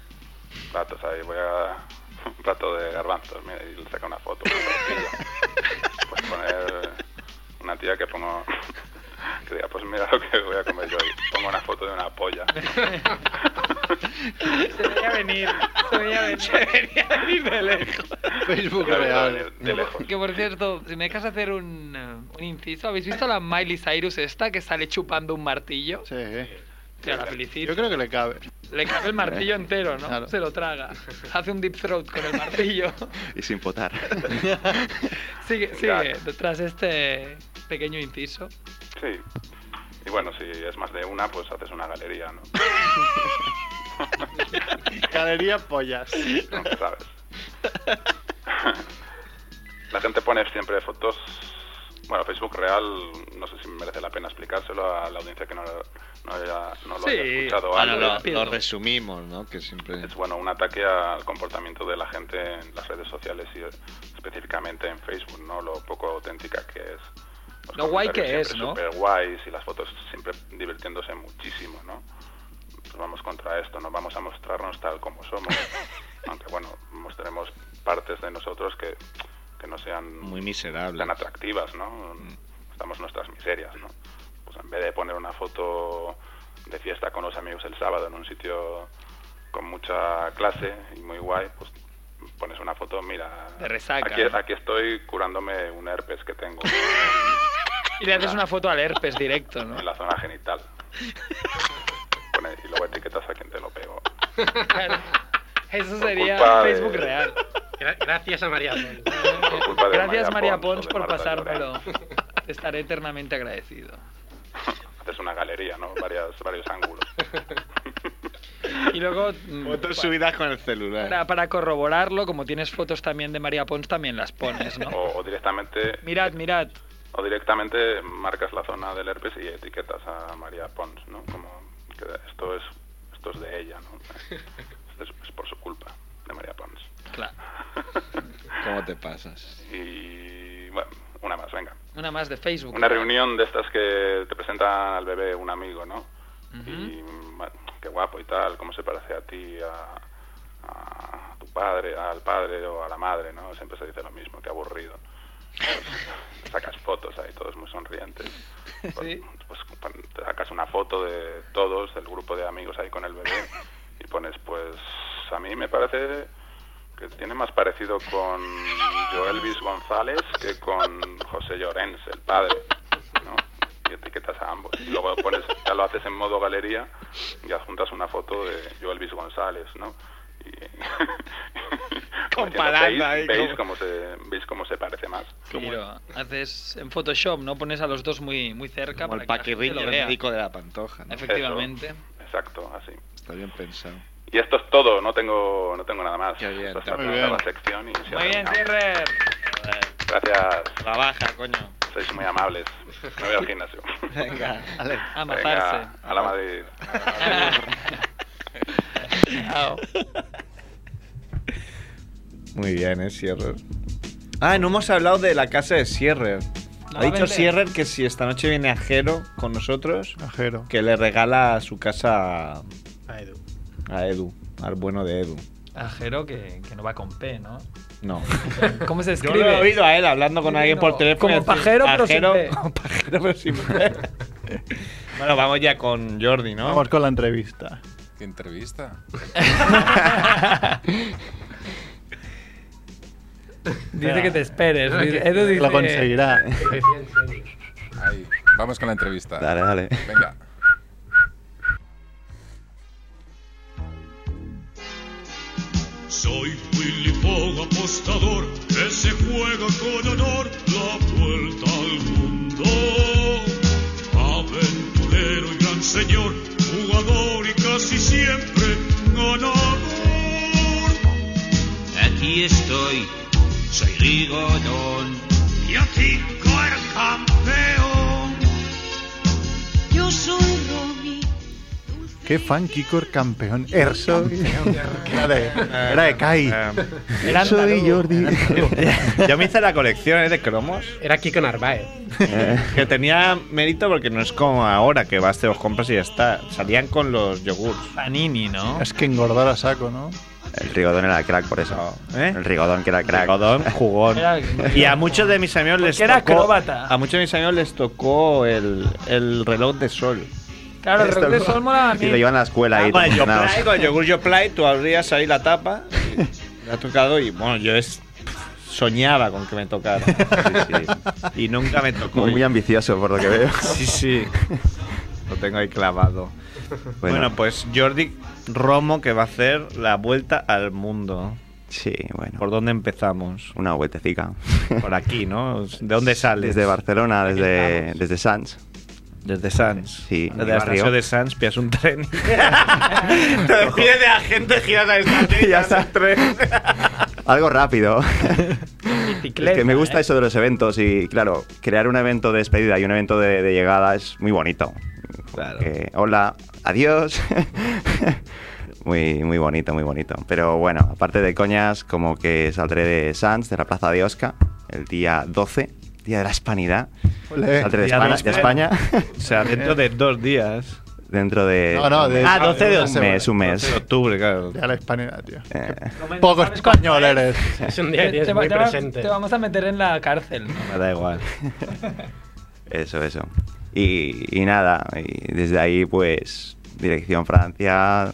Speaker 13: Platos, ahí voy a... Un plato de garbanzos, mira, y le saca una foto. una tortilla. Pues poner una tía que pongo... Que diga, pues mira lo que voy a comer yo hoy. Pongo una foto de una polla.
Speaker 3: Se veía venir. Se veía venir. Se veía venir de lejos.
Speaker 4: Facebook
Speaker 13: La verdad,
Speaker 4: real.
Speaker 13: de- de lejos.
Speaker 3: Que por cierto, si me dejas hacer un, eh, un inciso, ¿habéis visto la Miley Cyrus esta que sale chupando un martillo?
Speaker 4: Sí, eh.
Speaker 3: Tío, la felicito.
Speaker 4: Yo creo que le cabe.
Speaker 3: Le cabe el martillo entero, ¿no?
Speaker 4: Claro.
Speaker 3: Se lo traga. Hace un deep throat con el martillo.
Speaker 14: Y sin potar.
Speaker 3: sigue, sigue. Tras este pequeño inciso.
Speaker 13: Sí. Y bueno, si es más de una, pues haces una galería, ¿no?
Speaker 4: Galería eh. pollas.
Speaker 13: Nunca sabes. La gente pone siempre fotos. Bueno, Facebook real, no sé si merece la pena explicárselo a la audiencia que no, no, haya- no lo haya escuchado
Speaker 1: Bueno,
Speaker 13: antes.
Speaker 1: Ah, lo, lo resumimos, ¿no? Que siempre.
Speaker 13: Es bueno, un ataque al comportamiento de la gente en las redes sociales y eh, específicamente en Facebook, ¿no? Lo poco auténtica que es. Los
Speaker 3: Lo guay
Speaker 13: comentarios
Speaker 3: que es,
Speaker 13: siempre
Speaker 3: ¿no?
Speaker 13: Súper guays y las fotos siempre divirtiéndose muchísimo, ¿no? Pues vamos contra esto, no vamos a mostrarnos tal como somos. Aunque bueno, mostremos partes de nosotros que, que no sean
Speaker 1: Muy miserable.
Speaker 13: tan atractivas, ¿no? Estamos nuestras miserias, ¿no? Pues en vez de poner una foto de fiesta con los amigos el sábado en un sitio con mucha clase y muy guay, pues pones una foto, mira,
Speaker 3: De resaca,
Speaker 13: aquí,
Speaker 3: ¿no?
Speaker 13: aquí estoy curándome un herpes que tengo
Speaker 3: Y
Speaker 13: Ah.
Speaker 3: le haces una foto al herpes directo, ¿no?
Speaker 13: en la zona genital. Pone- y luego etiquetas a quien te lo pego.
Speaker 3: Claro. Eso
Speaker 13: Por
Speaker 3: sería
Speaker 13: culpa de-
Speaker 3: Facebook real. Gracias a María Pons.
Speaker 13: Por culpa de
Speaker 3: Gracias María
Speaker 13: Pons o
Speaker 3: Pons
Speaker 13: de
Speaker 3: por
Speaker 13: Marta Llorens.
Speaker 3: pasármelo. Estaré eternamente agradecido.
Speaker 13: Haces es una galería, ¿no? Varias, varios ángulos.
Speaker 12: Y luego. mm,
Speaker 15: Fotos
Speaker 12: pa-
Speaker 15: subidas con el celular.
Speaker 12: para, para corroborarlo, como tienes fotos también de María Pons, también las pones, ¿no?
Speaker 13: O, o directamente
Speaker 12: Mirad, mirad.
Speaker 13: o directamente marcas la zona del herpes y etiquetas a María Pons, ¿no? Como que esto es esto es de ella, ¿no? Esto es, es por su culpa de María Pons.
Speaker 12: Claro.
Speaker 15: ¿Cómo te pasas?
Speaker 13: Y bueno, una más, venga.
Speaker 12: Una más de Facebook.
Speaker 13: Una reunión de estas que te presentan al bebé un amigo, ¿no?
Speaker 12: Ujú.
Speaker 13: Y bueno, qué guapo y tal, cómo se parece a ti, a, a tu padre, al padre o a la madre, ¿no? Siempre se dice lo mismo, qué aburrido. Pues, sacas fotos ahí, todos muy sonrientes. Pues, pues, te sacas una foto de todos, del grupo de amigos ahí con el bebé, y pones, pues a mí me parece que tiene más parecido con Joelvis González que con José Llorens, el padre, ¿no? Y etiquetas a ambos. Y luego pones, ya lo haces en modo galería y adjuntas una foto de Joelvis González, ¿no? Y...
Speaker 12: Comparando
Speaker 13: ¿Veis,
Speaker 12: ahí,
Speaker 13: veis
Speaker 12: como-
Speaker 13: cómo se, veis cómo se parece más?
Speaker 12: Sí, lo haces en Photoshop, ¿no? Pones a los dos muy, muy cerca.
Speaker 15: Como el
Speaker 12: para que la gente
Speaker 15: paquirrillo del
Speaker 12: lo vea.
Speaker 15: rico de la pantoja. ¿no?
Speaker 12: Efectivamente.
Speaker 13: Exacto, así.
Speaker 15: Está bien pensado.
Speaker 13: Y esto es todo, no tengo, no tengo nada más. Esta es la
Speaker 15: muy
Speaker 13: primera
Speaker 15: bien.
Speaker 13: sección y se
Speaker 12: Muy
Speaker 13: ha
Speaker 12: bien,
Speaker 13: terminado.
Speaker 12: Sirrer.
Speaker 13: Gracias.
Speaker 15: La baja, coño.
Speaker 13: Sois muy amables. Me voy al gimnasio.
Speaker 15: Venga, Ale.
Speaker 12: A matarse.
Speaker 13: Venga, a la Madrid.
Speaker 12: Chao.
Speaker 1: Muy bien, ¿eh? Sierrer. Ah, no hemos hablado de la casa de Sierrer.
Speaker 3: No va
Speaker 1: ha
Speaker 3: a
Speaker 1: dicho
Speaker 3: vender.
Speaker 1: Sierrer que si esta noche viene Ajero con nosotros,
Speaker 4: Ajero.
Speaker 1: que le regala su casa a-
Speaker 5: A Edu.
Speaker 1: a Edu, al bueno de Edu.
Speaker 12: Ajero que, que no va con P, ¿no?
Speaker 1: No.
Speaker 12: ¿Cómo se
Speaker 1: Yo
Speaker 12: escribe?
Speaker 1: lo he oído a él hablando con
Speaker 12: Sí,
Speaker 1: alguien
Speaker 12: no.
Speaker 1: por teléfono.
Speaker 12: Como
Speaker 1: decir,
Speaker 12: pajero, pero sin
Speaker 1: ajero,
Speaker 12: P.
Speaker 1: Como pajero, pero sin P. bueno, vamos ya con Jordi, ¿no?
Speaker 4: Vamos con la entrevista.
Speaker 7: ¿Qué entrevista?
Speaker 12: Dice que te esperes.
Speaker 7: No, que-
Speaker 12: Edu dice-
Speaker 4: Lo conseguirá.
Speaker 7: Ahí. Vamos con la entrevista.
Speaker 15: Dale, dale.
Speaker 7: Venga.
Speaker 16: Soy Willy Pong, apostador, que se juega con honor la vuelta al mundo. Aventurero y gran señor, jugador y casi siempre ganador. Aquí estoy, soy Rigodón. Y aquí el campeón.
Speaker 6: Yo soy Romy.
Speaker 4: Qué fan Kikor campeón. Erso. Era de, era de Kai.
Speaker 1: Era
Speaker 4: Erso y
Speaker 1: Antaru.
Speaker 4: Jordi.
Speaker 1: Yo me hice la colección ¿eh? de cromos.
Speaker 5: Era Kiko Narváez.
Speaker 14: Eh.
Speaker 1: que tenía mérito porque no es como ahora que vas, te los compras y ya está. Salían con los yogurts.
Speaker 12: Panini, ¿no?
Speaker 4: Es que engordar a saco, ¿no?
Speaker 14: El Rigodón era crack por eso.
Speaker 1: ¿Eh?
Speaker 14: El Rigodón que era crack.
Speaker 1: Rigodón, jugón.
Speaker 14: Era-
Speaker 1: Y a muchos de mis amigos les
Speaker 12: Porque era
Speaker 1: tocó.
Speaker 12: acróbata.
Speaker 1: A muchos de mis amigos les tocó el, el reloj de sol.
Speaker 12: Claro, el reloj de sol mola a mí.
Speaker 14: Y lo llevan a la escuela ahí.
Speaker 1: Bueno, Ah, yo
Speaker 14: emocionados.
Speaker 1: play, con Ah, el yogur yo play, tú abrías ahí la tapa, y me ha tocado y bueno, yo es, soñaba con que me tocara. Y nunca me tocó.
Speaker 14: Muy, muy ambicioso por lo que veo.
Speaker 1: Sí, sí. Lo tengo ahí clavado. Bueno. pues Jordi Romo que va a hacer la vuelta al mundo.
Speaker 14: Sí, bueno.
Speaker 1: ¿Por dónde empezamos?
Speaker 14: Una vueltecica.
Speaker 1: Por aquí, ¿no? ¿De dónde sales?
Speaker 14: Desde Barcelona, desde, desde Sanz.
Speaker 1: Desde Sanz.
Speaker 14: Sí.
Speaker 1: Desde
Speaker 14: al
Speaker 1: la estación de Sanz, pillas un tren. Te despides de la gente, giras a estación y ya estás tren.
Speaker 14: Algo rápido.
Speaker 12: Bicicleta,
Speaker 14: es que me gusta
Speaker 12: ¿eh?
Speaker 14: eso de los eventos y, claro, crear un evento de despedida y un evento de, de llegada es muy bonito. Que, hola, adiós. muy, muy bonito, muy bonito. Pero bueno, aparte de coñas, como que saldré de Sanz, de la Plaza de Osca, el día 12, Día de la Hispanidad.
Speaker 1: Olé.
Speaker 14: Saldré de
Speaker 1: Día
Speaker 14: España,
Speaker 1: de
Speaker 12: eh.
Speaker 14: de España
Speaker 1: O sea, dentro de dos días.
Speaker 14: dentro de...
Speaker 4: No, no, de-
Speaker 1: Ah, 12 de
Speaker 14: un mes, un mes.
Speaker 1: de octubre, claro.
Speaker 4: Ya la hispanidad, tío.
Speaker 14: Eh,
Speaker 4: Poco español eres.
Speaker 5: Es
Speaker 12: Te- te, va- te va- te vamos a meter en la cárcel. ¿no?
Speaker 14: Me da igual. Eso, eso. Y, y nada, y desde ahí pues dirección Francia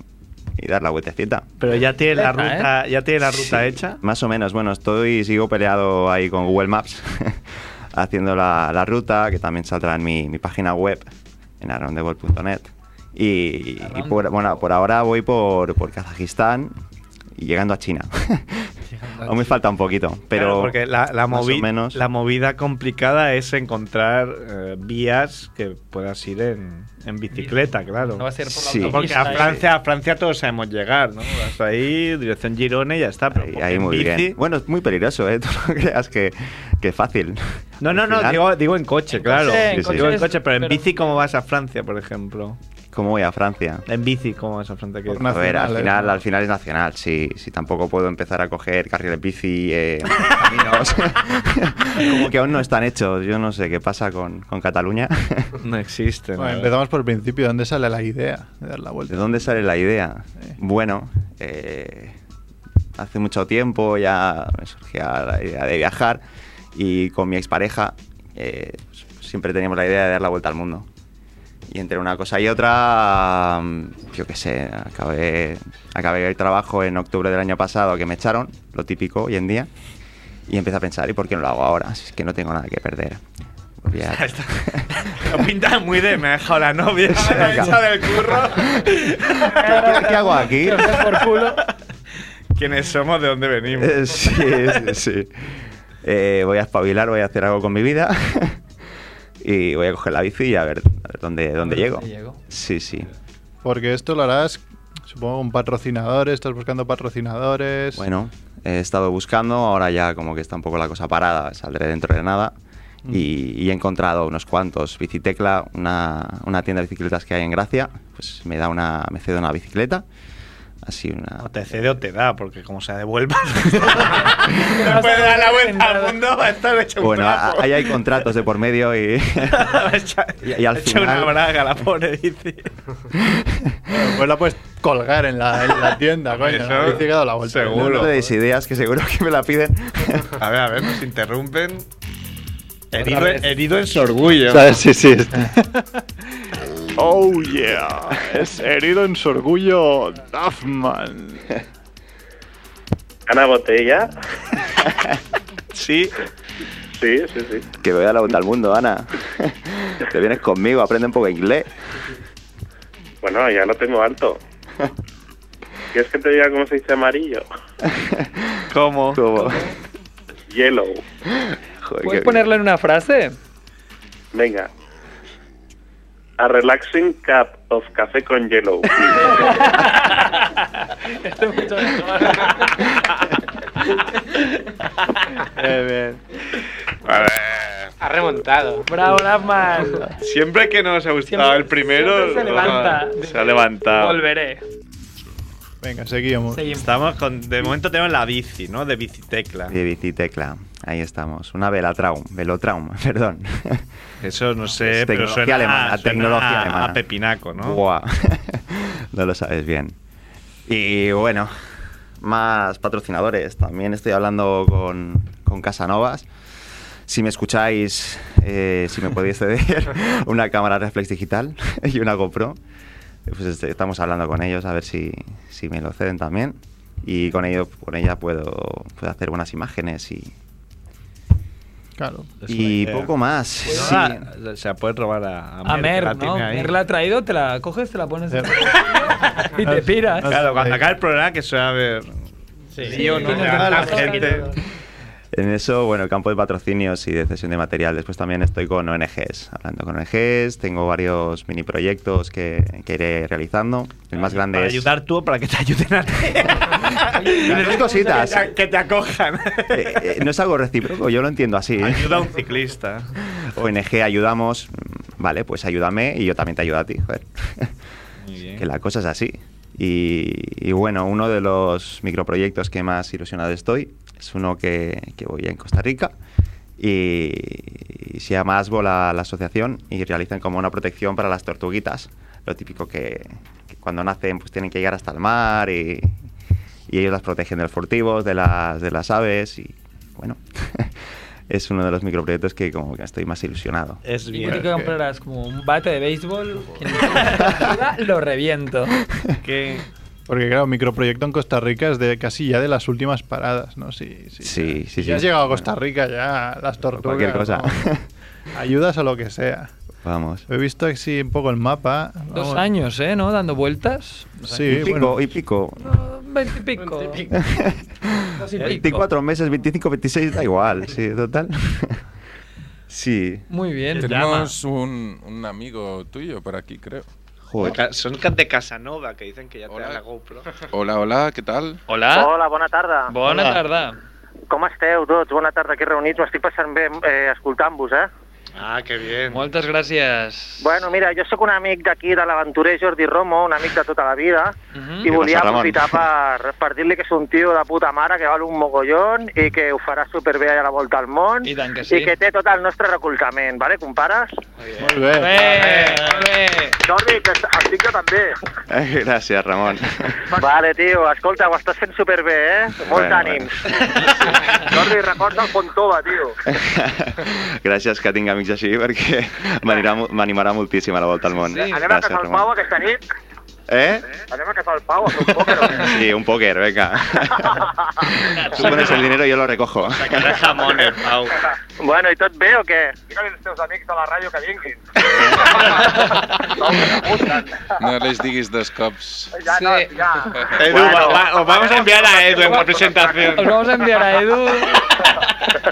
Speaker 14: y dar la vueltecita.
Speaker 1: Pero ya tiene la
Speaker 12: ¿eh?
Speaker 14: Leja,
Speaker 1: ruta, ya tiene la
Speaker 14: Sí,
Speaker 1: ruta hecha.
Speaker 14: Más o menos, bueno, estoy, sigo peleado ahí con Google Maps, haciendo la, la ruta, que también saldrá en mi, mi página web, en arondebol.net. Y, y por, bueno, por ahora voy por, por Kazajistán y llegando a China. Aún me falta un poquito, pero
Speaker 1: Claro, porque la, la
Speaker 14: más o
Speaker 1: movi-
Speaker 14: menos
Speaker 1: la movida complicada es encontrar eh, vías que puedas ir en, en bicicleta, claro.
Speaker 12: No va a ser por la
Speaker 14: Sí.
Speaker 1: Porque
Speaker 12: autopista,
Speaker 1: a
Speaker 12: ¿eh?
Speaker 1: Francia, a Francia todos sabemos llegar, ¿no? Vas ahí, dirección Girona y ya está. Pero porque
Speaker 14: ahí
Speaker 1: en
Speaker 14: muy
Speaker 1: bici-
Speaker 14: bien. Bueno, es muy peligroso, ¿eh? Tú no creas que, que fácil.
Speaker 1: No, no,
Speaker 14: Al
Speaker 1: no,
Speaker 14: final-
Speaker 1: digo, digo en coche, claro.
Speaker 14: coche, en Sí, sí.
Speaker 1: Digo en
Speaker 14: coche
Speaker 1: coche, pero en
Speaker 14: pero-
Speaker 1: bici, ¿cómo vas a Francia, por ejemplo?
Speaker 14: ¿Cómo voy a Francia?
Speaker 1: En bici, ¿cómo vas a Francia? Que-
Speaker 14: a ver,
Speaker 4: eh.
Speaker 14: al final, al final es nacional, sí. Si tampoco puedo empezar a coger carriles bici, eh, caminos. Como que aún no están hechos. Yo no sé qué pasa con, con Cataluña.
Speaker 1: No existe.
Speaker 4: Bueno, empezamos por el principio. ¿Dónde sale la idea de dar la vuelta?
Speaker 14: ¿De dónde sale la idea? Bueno, eh, hace mucho tiempo ya me surgía la idea de viajar y con mi expareja eh, siempre teníamos la idea de dar la vuelta al mundo. Y entre una cosa y otra, mm, yo qué sé, acabé, acabé el trabajo en octubre del año pasado que me echaron, lo típico hoy en día, y empecé a pensar, ¿y por qué no lo hago ahora? Si es que no tengo nada que perder. Volví a-
Speaker 1: Lo pintas muy de, me ha dejado la novia, me ha
Speaker 14: Venga.
Speaker 1: echado del curro.
Speaker 14: ¿Qué, qué hago aquí?
Speaker 1: ¿Quiénes somos? ¿De dónde venimos?
Speaker 14: Eh, Sí, sí, sí. Eh, voy a espabilar, voy a hacer algo con mi vida. y voy a coger la bici y a ver, a ver dónde, dónde llego. Sí, sí.
Speaker 4: Porque esto lo harás, supongo, con patrocinadores. Estás buscando patrocinadores.
Speaker 14: Bueno, he estado buscando, ahora ya como que está un poco la cosa parada, saldré dentro de nada. Y, y he encontrado unos cuantos. Bicitecla, una, una tienda de bicicletas que hay en Gracia, pues me da una, me cede una bicicleta. Así una.
Speaker 1: Te cede o te da, porque como se devuelva. Después de dar la vuelta al mundo, va a estar hecho un
Speaker 14: Bueno, a-
Speaker 1: trapo.
Speaker 14: ahí hay contratos de por medio y. y, y al
Speaker 1: Echa una
Speaker 14: final.
Speaker 1: braga la pobre bici.
Speaker 4: Pues la puedes colgar en la, en la tienda, coño.
Speaker 1: Eso,
Speaker 4: la bici que ha dado la vuelta.
Speaker 14: No le deis ideas que seguro que me la piden.
Speaker 1: A ver, a ver, nos interrumpen. Herido,
Speaker 14: vez.
Speaker 1: herido en su orgullo.
Speaker 4: ¿Sabes? Sí, sí.
Speaker 15: Oh yeah, es herido en su orgullo Duffman.
Speaker 11: Ana Botella.
Speaker 1: Sí.
Speaker 11: Sí, sí, sí.
Speaker 14: Que me voy a la vuelta al mundo, Ana. Te vienes conmigo, aprende un poco inglés.
Speaker 11: Bueno, ya lo tengo alto. ¿Quieres que te diga cómo se dice amarillo?
Speaker 1: ¿Cómo?
Speaker 11: Yellow.
Speaker 3: Pues
Speaker 12: ¿Puedes ponerlo en una frase?
Speaker 11: Venga. A relaxing cup of café con yellow.
Speaker 5: Ha remontado.
Speaker 12: Bravo, Lapman.
Speaker 1: Siempre que nos ha gustado el primero,
Speaker 12: siempre se levanta.
Speaker 1: no, se ha levantado.
Speaker 12: Volveré.
Speaker 4: Venga, seguimos.
Speaker 1: Estamos con. De momento tenemos la bici, ¿no? De bicitecla.
Speaker 14: De bicitecla. Ahí estamos. Una Velatraum. Velotraum, perdón.
Speaker 1: Eso no sé,
Speaker 14: Es
Speaker 1: pero
Speaker 14: tecnología
Speaker 1: suena,
Speaker 14: alemana,
Speaker 1: suena
Speaker 14: tecnología
Speaker 1: a-
Speaker 14: alemana.
Speaker 1: a pepinaco, ¿no?
Speaker 14: Buah. no lo sabes bien. Y bueno, más patrocinadores. También estoy hablando con, con Casanovas. Si me escucháis, eh, si me podéis ceder una cámara reflex digital y una GoPro, pues este, estamos hablando con ellos a ver si, si me lo ceden también. Y con, ello, con ella puedo, puedo hacer buenas imágenes y,
Speaker 4: Claro.
Speaker 14: y poco más.
Speaker 1: Puedo
Speaker 14: sí.
Speaker 1: dar- o sea, puedes robar a, Mer,
Speaker 12: A
Speaker 1: que
Speaker 12: Mer,
Speaker 1: la
Speaker 12: ¿no?
Speaker 1: tiene ahí.
Speaker 12: Mer la ha traído, te la coges, te la pones y te piras.
Speaker 1: Claro, cuando acabe el programa, que suele haber. Sí, o no,
Speaker 12: Tienes
Speaker 1: ya,
Speaker 12: razón.
Speaker 1: la gente.
Speaker 14: En eso, bueno, campo de patrocinios y de cesión de material. Después también estoy con ONGs, hablando con ONGs. Tengo varios mini proyectos que, que iré realizando. El más grande
Speaker 1: Para
Speaker 14: es.
Speaker 1: ayudar tú o para que te ayuden a ti.
Speaker 14: Las cositas.
Speaker 1: Que te- Que te acojan.
Speaker 14: Eh, eh, no es algo recíproco, yo lo entiendo así. ¿eh?
Speaker 1: Ayuda a un ciclista.
Speaker 14: ONG, ayudamos. mm, Vale, pues ayúdame y yo también te ayudo a ti. joder. que la cosa es así. Y, y bueno, uno de los microproyectos que más ilusionado estoy es uno que, que voy en Costa Rica y, y se llama ASBO la, la asociación y realizan como una protección para las tortuguitas. Lo típico que, que cuando nacen pues tienen que llegar hasta el mar y, y ellos las protegen de los furtivos, de las, de las aves y bueno, es uno de los microproyectos que como que estoy más ilusionado.
Speaker 1: Es
Speaker 12: Y tú
Speaker 1: bien.
Speaker 12: que comprarás como un bate de béisbol, que ni siquiera lo reviento.
Speaker 1: Que-
Speaker 4: Porque claro, microproyecto en Costa Rica es de casi ya de las últimas paradas, ¿no? Sí,
Speaker 14: Sí,
Speaker 4: sí.
Speaker 14: sí,
Speaker 4: Si
Speaker 14: sí.
Speaker 4: has llegado a Costa Rica ya, las tortugas.
Speaker 14: cualquier cosa.
Speaker 4: ¿no? Ayudas a lo que sea.
Speaker 14: Vamos.
Speaker 4: He visto así un poco el mapa.
Speaker 12: Dos
Speaker 4: Vamos.
Speaker 12: años, ¿eh? ¿No? Dando vueltas.
Speaker 4: Sí,
Speaker 14: y pico,
Speaker 4: bueno.
Speaker 14: y pico.
Speaker 12: Veintipico. Dos y pico.
Speaker 14: 24 meses, 25, 26, da igual, sí, total. Sí.
Speaker 12: Muy bien.
Speaker 7: Tenemos un, un amigo tuyo por aquí, creo.
Speaker 14: Joder.
Speaker 17: Ca- Son ca- de Casanova que dicen que ya te da la GoPro.
Speaker 7: Hola, hola, ¿qué tal?
Speaker 18: Hola, bona tarda.
Speaker 12: Bona
Speaker 18: Hola.
Speaker 12: tarda.
Speaker 18: Com esteu tots? Bona tarda aquí reunits. M'estic passant bé eh, escoltant-vos, eh?
Speaker 17: Ah, que bien.
Speaker 12: Moltes gràcies.
Speaker 18: Bueno, mira, jo sóc un amic d'aquí, de l'aventurer Jordi Romo, un amic de tota la vida,
Speaker 12: Mhm.
Speaker 18: i
Speaker 12: Què
Speaker 18: volia
Speaker 12: passa, Ramon?
Speaker 18: aprofitar per, per dir-li que és un tio de puta mare, que val un mogollón i que ho farà superbé a la volta al món
Speaker 12: I tant que sí.
Speaker 18: i que té tot el nostre recolzament, vale, compares?
Speaker 14: Molt bé.
Speaker 12: molt bé.
Speaker 18: Jordi, que estic jo també.
Speaker 14: Eh, Gràcies, Ramon.
Speaker 18: Vale, tio, escolta, ho estàs fent superbé, eh? Molts
Speaker 14: Bueno,
Speaker 18: ànims. Jordi, recorda el Fontova, tio.
Speaker 14: Gràcies que tinc amics així perquè m'anirà mu- m'animarà moltíssim a la volta al món.
Speaker 18: Anem a casar el Pau aquesta nit?
Speaker 14: Eh?
Speaker 18: Anem a casar el Pau a fer un pòquer o què?
Speaker 14: Sí, un póker, venga. Tú pones el dinero y yo lo recojo.
Speaker 18: eh.
Speaker 17: jamón, el Pau.
Speaker 18: Bueno, i tot bé o què? Digue-li als teus amics de la ràdio que vinguin.
Speaker 7: No les diguis dos cops.
Speaker 18: Ja, no, ja.
Speaker 17: Edu, va- va- os vamos a enviar a Edu en representación.
Speaker 12: Os vamos a enviar a Edu.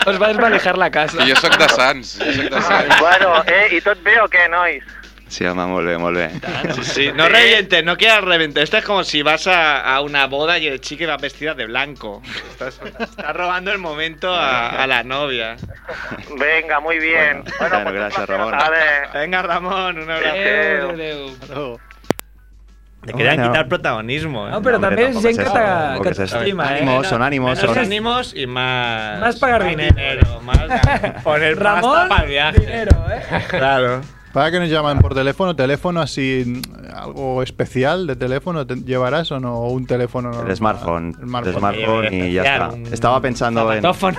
Speaker 12: Os va a desvalijar la casa.
Speaker 7: I jo sóc de Sants, jo sóc de Sants.
Speaker 18: Bueno, eh, i tot bé o què, nois?
Speaker 14: Sí, home, molt bé, molt bé.
Speaker 17: Sí, sí, no revientes, no quieras reventar. Esto es como si vas a, a una boda y el chique va vestida de blanco. Estás, estás robando el momento a, a la novia.
Speaker 18: Venga, muy bien. eh.
Speaker 14: Bueno, pues, gracias, Ramon.
Speaker 18: Vale.
Speaker 17: Venga, Ramón, un abrazo.
Speaker 12: Adeu,
Speaker 1: Te querían
Speaker 14: Bueno.
Speaker 1: quitar protagonismo, ¿eh?
Speaker 12: No, pero
Speaker 14: Hombre,
Speaker 12: también
Speaker 14: tampoco es
Speaker 12: es gente
Speaker 14: eso,
Speaker 12: que te-
Speaker 14: tampoco
Speaker 12: que
Speaker 14: es
Speaker 12: te
Speaker 14: eso.
Speaker 12: estima, ¿eh?
Speaker 14: Ánimos, son ánimos,
Speaker 17: Menos
Speaker 14: son-
Speaker 17: ánimos y más.
Speaker 12: Más pagar dinero.
Speaker 17: dinero, más poner pasta
Speaker 12: Ramón,
Speaker 17: para el viaje.
Speaker 12: dinero, ¿eh?
Speaker 1: Claro.
Speaker 4: ¿Para que nos llaman por teléfono? ¿Teléfono así, mm, algo especial de teléfono te- llevarás o no? ¿O un teléfono normal?
Speaker 14: El smartphone.
Speaker 4: El smartphone.
Speaker 14: El smartphone y ya está. Estaba pensando en...
Speaker 4: Hombre,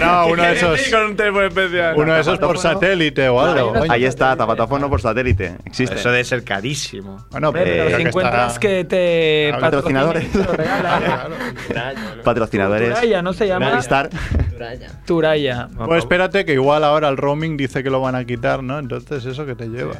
Speaker 4: no, uno de esos,
Speaker 1: Con un teléfono especial.
Speaker 4: uno de esos por satélite o algo. coño.
Speaker 14: Ahí está, tapatófono por satélite. Existe. Eh,
Speaker 1: Eso debe ser carísimo.
Speaker 4: Bueno,
Speaker 12: Hombre, pero si encuentras que te
Speaker 14: Habrá
Speaker 12: patrocinen,
Speaker 14: patrocinadores.
Speaker 12: te lo regala.
Speaker 14: Patrocinadores.
Speaker 12: Turaya, ¿no se llama?
Speaker 14: Movistar.
Speaker 12: Turaya.
Speaker 4: Pues espérate que igual ahora el roaming dice que lo van a quitar, ¿no? Entonces eso que te llevas.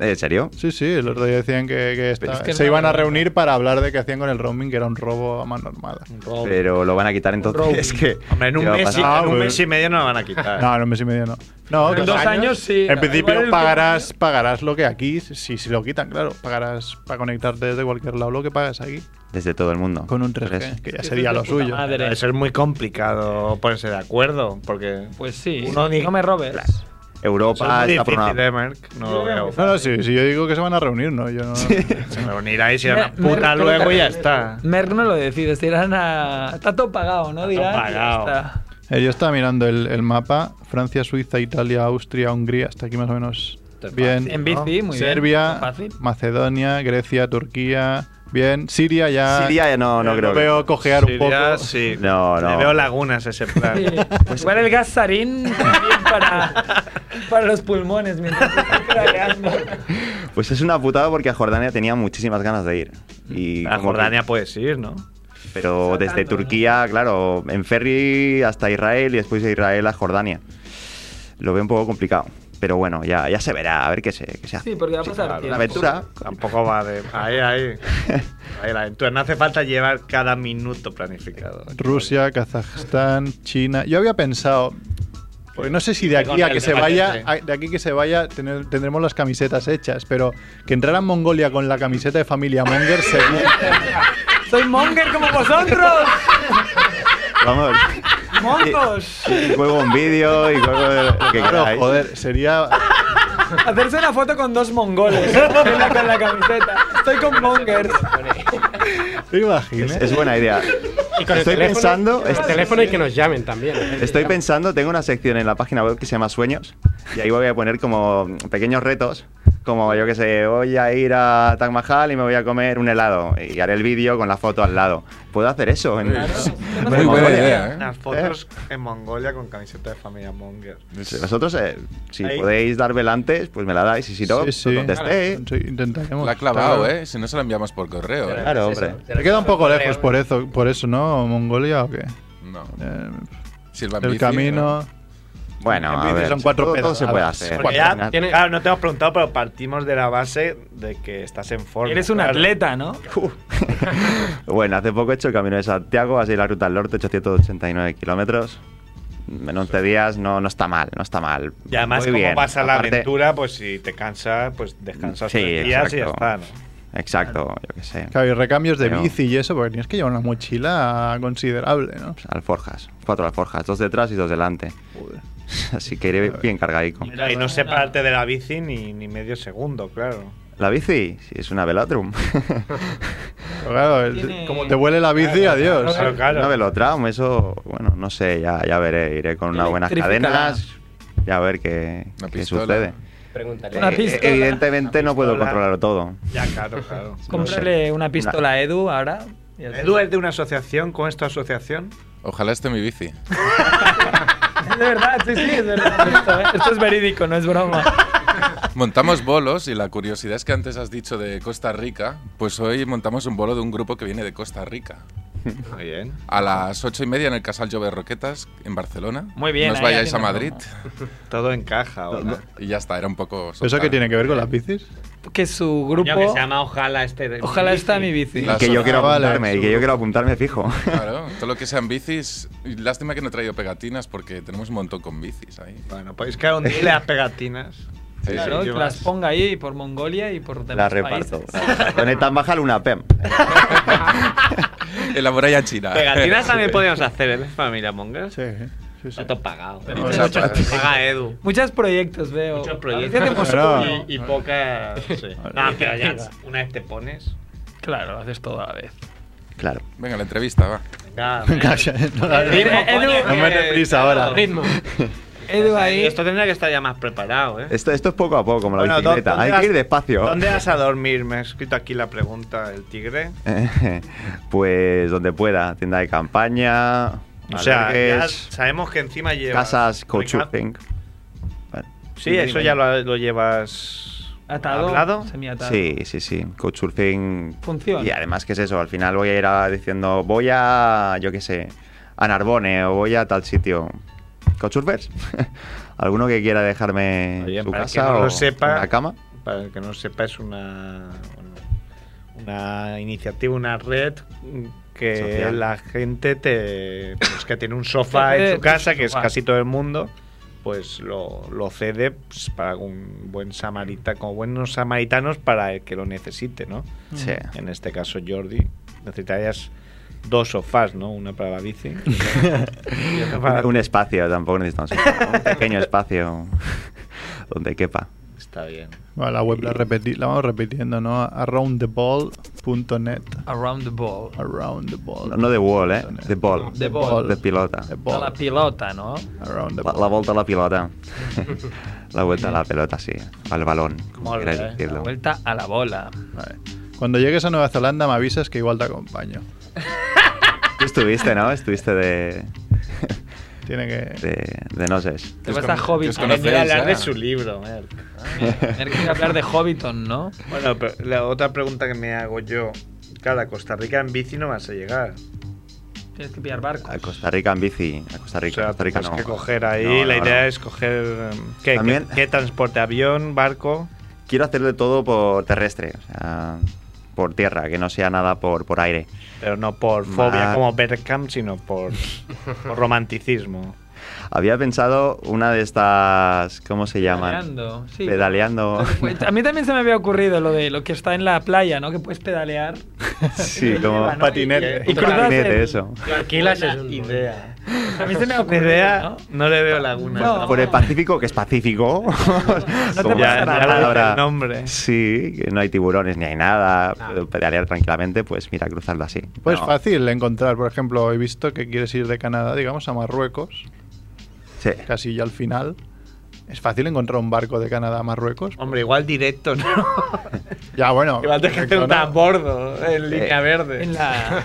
Speaker 14: Eh, ¿En serio?
Speaker 4: Sí, sí, el otro día decían que, que esta-
Speaker 14: es que
Speaker 4: se
Speaker 14: no-
Speaker 4: iban a reunir para hablar de qué hacían con el roaming, que era un robo a mano armada.
Speaker 14: Pero lo van a quitar entonces. Es que...
Speaker 1: Hombre, en
Speaker 14: ¿qué
Speaker 1: un,
Speaker 14: va a
Speaker 1: mes, y-
Speaker 14: pasar?
Speaker 1: en un mes y medio no lo van a quitar.
Speaker 4: No, en un mes y medio no. No,
Speaker 1: En dos años sí.
Speaker 4: En
Speaker 1: Igual
Speaker 4: principio
Speaker 1: el-
Speaker 4: pagarás, pagarás lo que aquí, si, si lo quitan, claro, pagarás para conectarte desde cualquier lado lo que pagas aquí.
Speaker 14: Desde todo el mundo.
Speaker 4: Con un 3G, que ya sería lo suyo.
Speaker 1: Debe ser muy complicado ponerse de acuerdo, porque...
Speaker 12: Pues sí,
Speaker 1: Uno ni-
Speaker 12: no me robes.
Speaker 14: Europa
Speaker 1: Eso es
Speaker 14: está
Speaker 1: muy
Speaker 14: por una...
Speaker 1: difícil, eh, Marc? No lo veo.
Speaker 4: No, no, sí, sí, yo digo que se van a reunir, ¿no? Yo no...
Speaker 1: Se reuniráis y a una
Speaker 12: Me- me
Speaker 1: puta
Speaker 12: recuerda-
Speaker 1: luego y ya está.
Speaker 12: Merck no lo decide, se irán a... Está todo pagado, ¿no? Dirán, y ya
Speaker 1: pagado.
Speaker 12: está.
Speaker 4: Eh, yo estaba mirando el, el mapa, Francia, Suiza, Italia, Austria, Hungría, hasta aquí más o menos bien.
Speaker 12: En bici, muy bien.
Speaker 4: Serbia,
Speaker 12: Fácil.
Speaker 4: Macedonia, Grecia, Turquía, bien. Siria ya...
Speaker 14: Siria no, no
Speaker 4: eh,
Speaker 14: creo.
Speaker 4: lo veo cojear un
Speaker 1: Siria,
Speaker 4: poco.
Speaker 1: sí.
Speaker 14: No,
Speaker 1: Le
Speaker 14: no.
Speaker 1: veo lagunas a ese plan.
Speaker 12: Igual el gas sarín también para, para los pulmones mientras estás pedaleando.
Speaker 14: Pues es una putada porque a Jordania tenía muchísimas ganas de ir. Y
Speaker 1: A
Speaker 14: como que-
Speaker 1: Jordania puedes ir, ¿no?
Speaker 14: Pero desde Turquía, claro, en ferry hasta Israel y después de Israel a Jordania. Lo veo un poco complicado. Pero bueno, ya, ya se verá, a ver qué se, qué se hace.
Speaker 12: Sí, porque va a pasar tiempo.
Speaker 14: La aventura.
Speaker 1: Tampoco va de. Ahí, ahí. Ahí la aventura. No hace falta llevar cada minuto planificado.
Speaker 4: Rusia, Kazajstán, China. Yo había pensado, porque no sé si de aquí a que se vaya, a- de aquí que se vaya tener- tendremos las camisetas hechas, pero que entrar a Mongolia con la camiseta de familia Monger sería
Speaker 12: ¡Soy monger como vosotros!
Speaker 14: Vamos.
Speaker 12: ¡Mongos!
Speaker 14: Y Juego un vídeo y juego de lo que
Speaker 4: Claro,
Speaker 14: queráis.
Speaker 4: joder, sería
Speaker 12: Hacerse una foto con dos mongoles en la- con la camiseta. Estoy con mongers.
Speaker 4: ¿Te imaginas?
Speaker 14: Es buena idea.
Speaker 5: Y con el
Speaker 14: Estoy
Speaker 5: teléfono-
Speaker 14: pensando- este-
Speaker 5: con el teléfono y que nos llamen también.
Speaker 14: Estoy pensando, tengo una sección en la página web que se llama Sueños y ahí voy a poner como pequeños retos, como yo que sé, voy a ir a Taj Mahal y me voy a comer un helado y haré el vídeo con la foto al lado. ¿Puedo hacer eso? En-
Speaker 7: Muy buena idea, ¿eh?
Speaker 1: Las fotos en Mongolia con camiseta de familia Monger.
Speaker 14: Sí, Vosotros, eh, si
Speaker 1: Ahí.
Speaker 14: podéis dar velantes, pues me la dais y si no,
Speaker 4: Sí, sí.
Speaker 14: donde esté.
Speaker 4: Sí, intentaremos.
Speaker 7: La ha clavado,
Speaker 4: Claro.
Speaker 7: ¿eh? Si no se la enviamos por correo. ¿eh?
Speaker 14: Claro, hombre.
Speaker 4: Te queda un poco lejos por eso, por eso, ¿no? ¿Mongolia o qué?
Speaker 7: No.
Speaker 4: Eh,
Speaker 7: Si él va en
Speaker 4: el
Speaker 7: bici,
Speaker 4: camino...
Speaker 14: Bueno,
Speaker 4: En
Speaker 14: a
Speaker 4: bici
Speaker 14: ver,
Speaker 4: son cuatro
Speaker 14: todo, todo se puede
Speaker 4: pedadas.
Speaker 14: hacer.
Speaker 4: Porque
Speaker 1: Ya,
Speaker 14: Al final-
Speaker 1: claro, no te hemos preguntado, pero partimos de la base de que estás en forma.
Speaker 12: Eres un
Speaker 1: claro.
Speaker 12: atleta, ¿no?
Speaker 14: bueno, hace poco he hecho el Camino de Santiago, así la ruta al norte, 889 kilómetros. En 11 días no, no está mal, no está mal.
Speaker 1: Y además,
Speaker 14: Muy
Speaker 1: como
Speaker 14: bien.
Speaker 1: pasa la
Speaker 14: Aparte-
Speaker 1: aventura, pues si te cansas, pues descansas
Speaker 14: Sí,
Speaker 1: tres días y ya
Speaker 14: exacto.
Speaker 1: está, ¿no?
Speaker 14: Exacto, yo qué sé.
Speaker 4: Claro, y recambios de
Speaker 14: Pero-
Speaker 4: bici y eso, porque tienes que llevar una mochila considerable, ¿no?
Speaker 14: Alforjas, cuatro alforjas, dos detrás y dos delante. Así que iré bien cargadico.
Speaker 1: Y no separarte de la bici ni, ni medio segundo, claro.
Speaker 14: La bici sí, es una velotrum.
Speaker 4: Pero claro, el- Pues, eh, como te huele la bici,
Speaker 1: Claro,
Speaker 4: adiós.
Speaker 1: claro, claro.
Speaker 14: Una velotrum, eso, bueno, no sé, ya, ya veré. Iré con unas buenas
Speaker 4: Electrificada.
Speaker 14: cadenas, ya a ver qué, qué
Speaker 7: pistola.
Speaker 14: sucede.
Speaker 5: Pregúntale.
Speaker 14: Eh, Evidentemente no puedo controlarlo todo.
Speaker 1: Ya, claro, claro.
Speaker 3: Cómprale una pistola a Edu ahora.
Speaker 1: Edu es de una asociación, ¿con esta asociación?
Speaker 7: Ojalá esté mi bici.
Speaker 3: Es de verdad, sí, sí, es verdad. Esto, ¿eh? Esto es verídico, no es broma.
Speaker 7: Montamos bolos y la curiosidad es que antes has dicho de Costa Rica, pues hoy montamos un bolo de un grupo que viene de Costa Rica.
Speaker 1: Muy bien.
Speaker 7: A las ocho y media en el Casal Llover Roquetas, en Barcelona.
Speaker 1: Muy bien,
Speaker 7: No os
Speaker 1: ahí
Speaker 7: vayáis a
Speaker 1: haciendo
Speaker 7: Madrid.
Speaker 1: Todo encaja ahora.
Speaker 7: Y ya está, era un poco...
Speaker 4: ¿Eso qué tiene que ver con las bicis?
Speaker 3: Que su grupo.
Speaker 5: que se llama Ojalá esté de mi
Speaker 3: Ojalá
Speaker 5: bici.
Speaker 3: está mi bici.
Speaker 14: Y que yo quiero apuntarme, y que yo quiero apuntarme fijo.
Speaker 7: Claro, todo lo que sean bicis. Y Lástima que no he traído pegatinas porque tenemos un montón con bicis ahí.
Speaker 1: Bueno, podéis quedar un día y las pegatinas.
Speaker 7: Sí,
Speaker 3: Claro,
Speaker 7: sí.
Speaker 3: que las ponga ahí por Mongolia y por
Speaker 14: La
Speaker 3: demás
Speaker 14: reparto.
Speaker 3: países.
Speaker 14: Con tan baja una PEM.
Speaker 7: En la muralla china.
Speaker 1: Pegatinas
Speaker 5: también podíamos hacer, ¿eh? Familia Monger.
Speaker 4: Sí, sí,
Speaker 5: Está todo pagado.
Speaker 7: O sea, pa-
Speaker 5: Paga Edu.
Speaker 3: Muchos proyectos veo.
Speaker 5: Muchos
Speaker 3: A veces
Speaker 5: proyectos.
Speaker 3: hacemos uno.
Speaker 5: Y, y poca. Sí. Ah, pero ya, una vez te pones.
Speaker 3: Claro, haces todo a la vez.
Speaker 14: Claro.
Speaker 7: Venga, la entrevista, va.
Speaker 5: Nada.
Speaker 1: Mm.
Speaker 4: no, la- no me dé prisa ahora.
Speaker 5: Ritmo.
Speaker 3: Edu ahí.
Speaker 5: Esto tendría que estar ya más preparado, ¿eh?
Speaker 14: Esto, esto es poco a poco, como la
Speaker 1: Bueno, ¿dó-
Speaker 14: bicicleta.
Speaker 1: dónde
Speaker 14: Hay
Speaker 1: vas-
Speaker 14: que ir despacio.
Speaker 1: ¿Dónde vas a dormir? Me ha escrito aquí la pregunta del tigre.
Speaker 14: pues donde pueda, tienda de campaña.
Speaker 1: O sea, ya
Speaker 14: albergues,
Speaker 1: sabemos que encima llevas.
Speaker 14: casas, coworking.
Speaker 1: Sí, eso ya lo, lo llevas.
Speaker 3: Atado.
Speaker 1: ¿Hablado?
Speaker 3: Semiatado.
Speaker 14: Sí, sí, sí. Couchsurfing.
Speaker 3: Funciona.
Speaker 14: Y además, ¿qué es eso? Al final voy a ir a- diciendo, voy a, yo qué sé, a Narbone o voy a tal sitio. ¿Couchsurfers? ¿Alguno que quiera dejarme su
Speaker 1: para el que
Speaker 14: casa
Speaker 1: no
Speaker 14: o
Speaker 1: lo sepa,
Speaker 14: una cama?
Speaker 1: Para el que no sepa, es una, una, una iniciativa, una red que
Speaker 14: Social.
Speaker 1: la gente te, pues, que tiene un sofá
Speaker 3: Te cede
Speaker 1: en su
Speaker 3: tu
Speaker 1: casa, que es
Speaker 3: sofá.
Speaker 1: casi todo el mundo, pues lo, lo cede pues, para un buen samarita, como buenos samaritanos para el que lo necesite, ¿no?
Speaker 14: Sí.
Speaker 1: En este caso, Jordi, necesitarías dos sofás, ¿no? Una para la bici. y otra para-
Speaker 14: Un, un espacio, tampoco necesitamos. Un pequeño espacio donde quepa.
Speaker 1: Está bien.
Speaker 4: Bueno, la web la, repeti- la vamos repitiendo, ¿no? Aroundtheball.net.
Speaker 3: Around the ball.
Speaker 4: Around the ball.
Speaker 14: No, no de wall, ¿eh? De ball.
Speaker 3: De ball.
Speaker 14: De pilota.
Speaker 3: A la pilota, ¿no?
Speaker 4: Around the
Speaker 14: La,
Speaker 4: ball.
Speaker 14: la vuelta a la pilota. la vuelta a la pelota, sí. Al balón, como
Speaker 3: Molt
Speaker 14: quieras
Speaker 3: bé. eh? La
Speaker 14: decirlo.
Speaker 3: vuelta a la bola.
Speaker 4: Vale. Cuando llegues a Nueva Zelanda me avisas que igual te acompaño.
Speaker 14: Tú estuviste, ¿no? Estuviste de...
Speaker 4: Tiene que...
Speaker 14: de, de noses.
Speaker 3: Te vas a Hobbiton.
Speaker 1: Voy a hablar
Speaker 7: ya.
Speaker 1: de su libro, Merck.
Speaker 3: Tener que Ah, hablar de Hobbiton, ¿no?
Speaker 1: Bueno, pero la otra pregunta que me hago yo. Claro, a Costa Rica en bici no vas a llegar.
Speaker 3: Tienes que pillar barco.
Speaker 14: A Costa Rica en bici. A Costa
Speaker 1: o
Speaker 14: Rica,
Speaker 1: sea,
Speaker 14: Costa Rica
Speaker 1: tienes
Speaker 14: no.
Speaker 1: que coger ahí.
Speaker 14: No,
Speaker 1: la
Speaker 14: no,
Speaker 1: idea
Speaker 14: no.
Speaker 1: es coger. em, ¿qué,
Speaker 14: También-
Speaker 1: qué- qué transporte? ¿Avión? ¿Barco?
Speaker 14: Quiero hacerle todo por terrestre, o sea, por tierra, que no sea nada por, por aire.
Speaker 1: Pero no por fobia
Speaker 14: Mar.
Speaker 1: como Bergkamp, sino por, por romanticismo.
Speaker 14: Había pensado una de estas... ¿Cómo se llaman?
Speaker 3: Pedaleando, sí.
Speaker 14: Pedaleando.
Speaker 3: Pues a mí también se me había ocurrido lo de lo que está en la playa, ¿no? Que puedes pedalear.
Speaker 14: sí, como...
Speaker 3: ¿no?
Speaker 4: Patinete.
Speaker 3: Y, y cruzas el-
Speaker 14: Patinete, eso.
Speaker 5: Aquí las es un-
Speaker 1: Idea.
Speaker 3: A mí se me ha
Speaker 1: Una
Speaker 3: ocurrido,
Speaker 1: idea,
Speaker 3: ¿no?
Speaker 1: no le veo laguna.
Speaker 3: No.
Speaker 14: Por el Pacífico, que es Pacífico.
Speaker 3: te
Speaker 14: Como
Speaker 3: pasa
Speaker 14: la
Speaker 3: nada.
Speaker 14: palabra-
Speaker 1: El nombre.
Speaker 14: Sí, que no hay tiburones ni hay nada.
Speaker 3: Ah.
Speaker 14: Puedo pedalear tranquilamente, pues mira, cruzarlo así.
Speaker 4: Pues
Speaker 14: No.
Speaker 4: fácil encontrar, por ejemplo, he visto que quieres ir de Canadá, digamos, a Marruecos,
Speaker 14: Sí.
Speaker 4: casi ya al final. Es fácil encontrar un barco de Canadá a Marruecos.
Speaker 1: Hombre, igual directo, ¿no?
Speaker 4: Ya, bueno.
Speaker 1: igual tienes que hacer
Speaker 4: perfecto,
Speaker 1: un
Speaker 4: ¿no?
Speaker 1: transbordo en línea verde.
Speaker 3: En, la,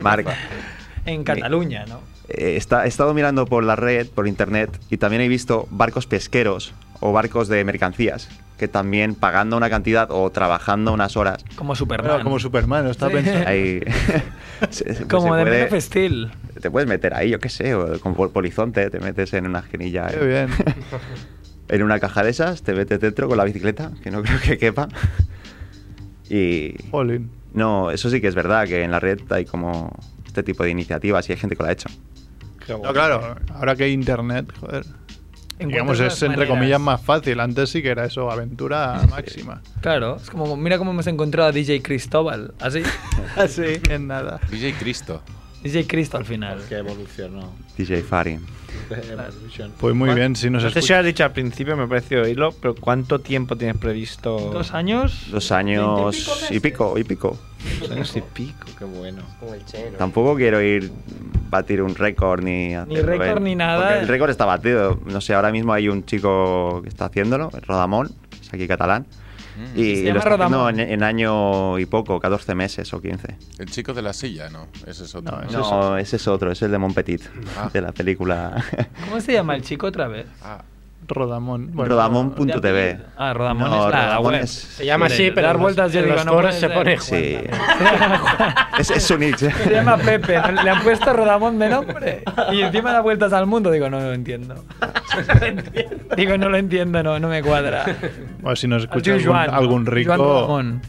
Speaker 14: Marc,
Speaker 3: en Cataluña, ¿no?
Speaker 14: eh, está- he estado mirando por la red, por internet, y también he visto barcos pesqueros o barcos de mercancías que también pagando una cantidad o trabajando unas horas.
Speaker 3: Como
Speaker 4: Claro,
Speaker 3: Superman.
Speaker 4: como Superman, está
Speaker 3: Sí.
Speaker 4: pensando.
Speaker 14: Ahí, se- se- pues
Speaker 3: Como
Speaker 14: se
Speaker 3: de
Speaker 14: puede-
Speaker 3: Man of Steel.
Speaker 14: Te puedes meter ahí, yo qué sé, o con pol- polizonte, te metes en una genilla.
Speaker 4: Qué
Speaker 14: eh.
Speaker 4: bien.
Speaker 14: en una caja de esas, te metes dentro con la bicicleta, que no creo que quepa. Y,
Speaker 4: Jolín.
Speaker 14: No, eso sí que es verdad, que en la red hay como este tipo de iniciativas y hay gente que lo ha hecho.
Speaker 4: No, claro, ahora que hay internet, joder. Digamos,
Speaker 3: Encuentras
Speaker 4: es entre
Speaker 3: maneras.
Speaker 4: comillas más fácil. Antes sí que era eso, aventura máxima.
Speaker 3: Claro, es como, mira cómo hemos encontrado a DJ Cristóbal, así. así, en nada.
Speaker 7: DJ Cristo.
Speaker 3: DJ Cristo al final.
Speaker 19: Que evolucionó.
Speaker 14: DJ Farin.
Speaker 4: Pues muy bien, si nos
Speaker 1: No sé
Speaker 4: escucha-
Speaker 1: si lo has dicho al principio, me ha parecido oírlo, pero ¿cuánto tiempo tienes previsto?
Speaker 3: Dos años.
Speaker 14: Dos años y pico, y pico.
Speaker 19: Dos años y pico, qué bueno. Como el cheno.
Speaker 14: Tampoco quiero ir batir un récord ni hacerlo
Speaker 3: récord
Speaker 14: bien,
Speaker 3: ni nada.
Speaker 14: porque El récord está batido. No sé, ahora mismo hay un chico que está haciéndolo, Rodamón, que es aquí catalán. Y,
Speaker 7: Mm. Se llama
Speaker 14: y lo está haciendo
Speaker 7: Rodamón.
Speaker 14: en, en año y poco, 14 meses o 15.
Speaker 7: El chico de la silla, no. Ese es otro.
Speaker 14: no, ese es otro, es el de Montpetit,
Speaker 3: Ah.
Speaker 14: de la película
Speaker 3: ¿Cómo se llama el chico otra vez?
Speaker 4: Rodamón.
Speaker 14: Rodamón.tv.
Speaker 3: Ah, Rodamón
Speaker 14: No,
Speaker 3: es la, la
Speaker 14: Rodamón
Speaker 3: web.
Speaker 14: es-
Speaker 3: Se
Speaker 5: llama así, pero en
Speaker 3: Dar
Speaker 5: los-
Speaker 3: vueltas
Speaker 5: en
Speaker 3: Jerry
Speaker 5: los
Speaker 3: no
Speaker 5: foros
Speaker 3: puede
Speaker 5: se
Speaker 3: ser.
Speaker 5: pone
Speaker 14: Sí. es, es su nick.
Speaker 3: Se llama Pepe, le han puesto Rodamón de nombre y encima da vueltas al mundo. Digo, no, no lo entiendo. Digo, no lo entiendo, no, no me cuadra.
Speaker 4: Bueno, si nos escucha
Speaker 3: Al tío
Speaker 4: algún,
Speaker 3: Joan,
Speaker 4: algún
Speaker 3: Joan
Speaker 4: rico.
Speaker 3: Rodamón.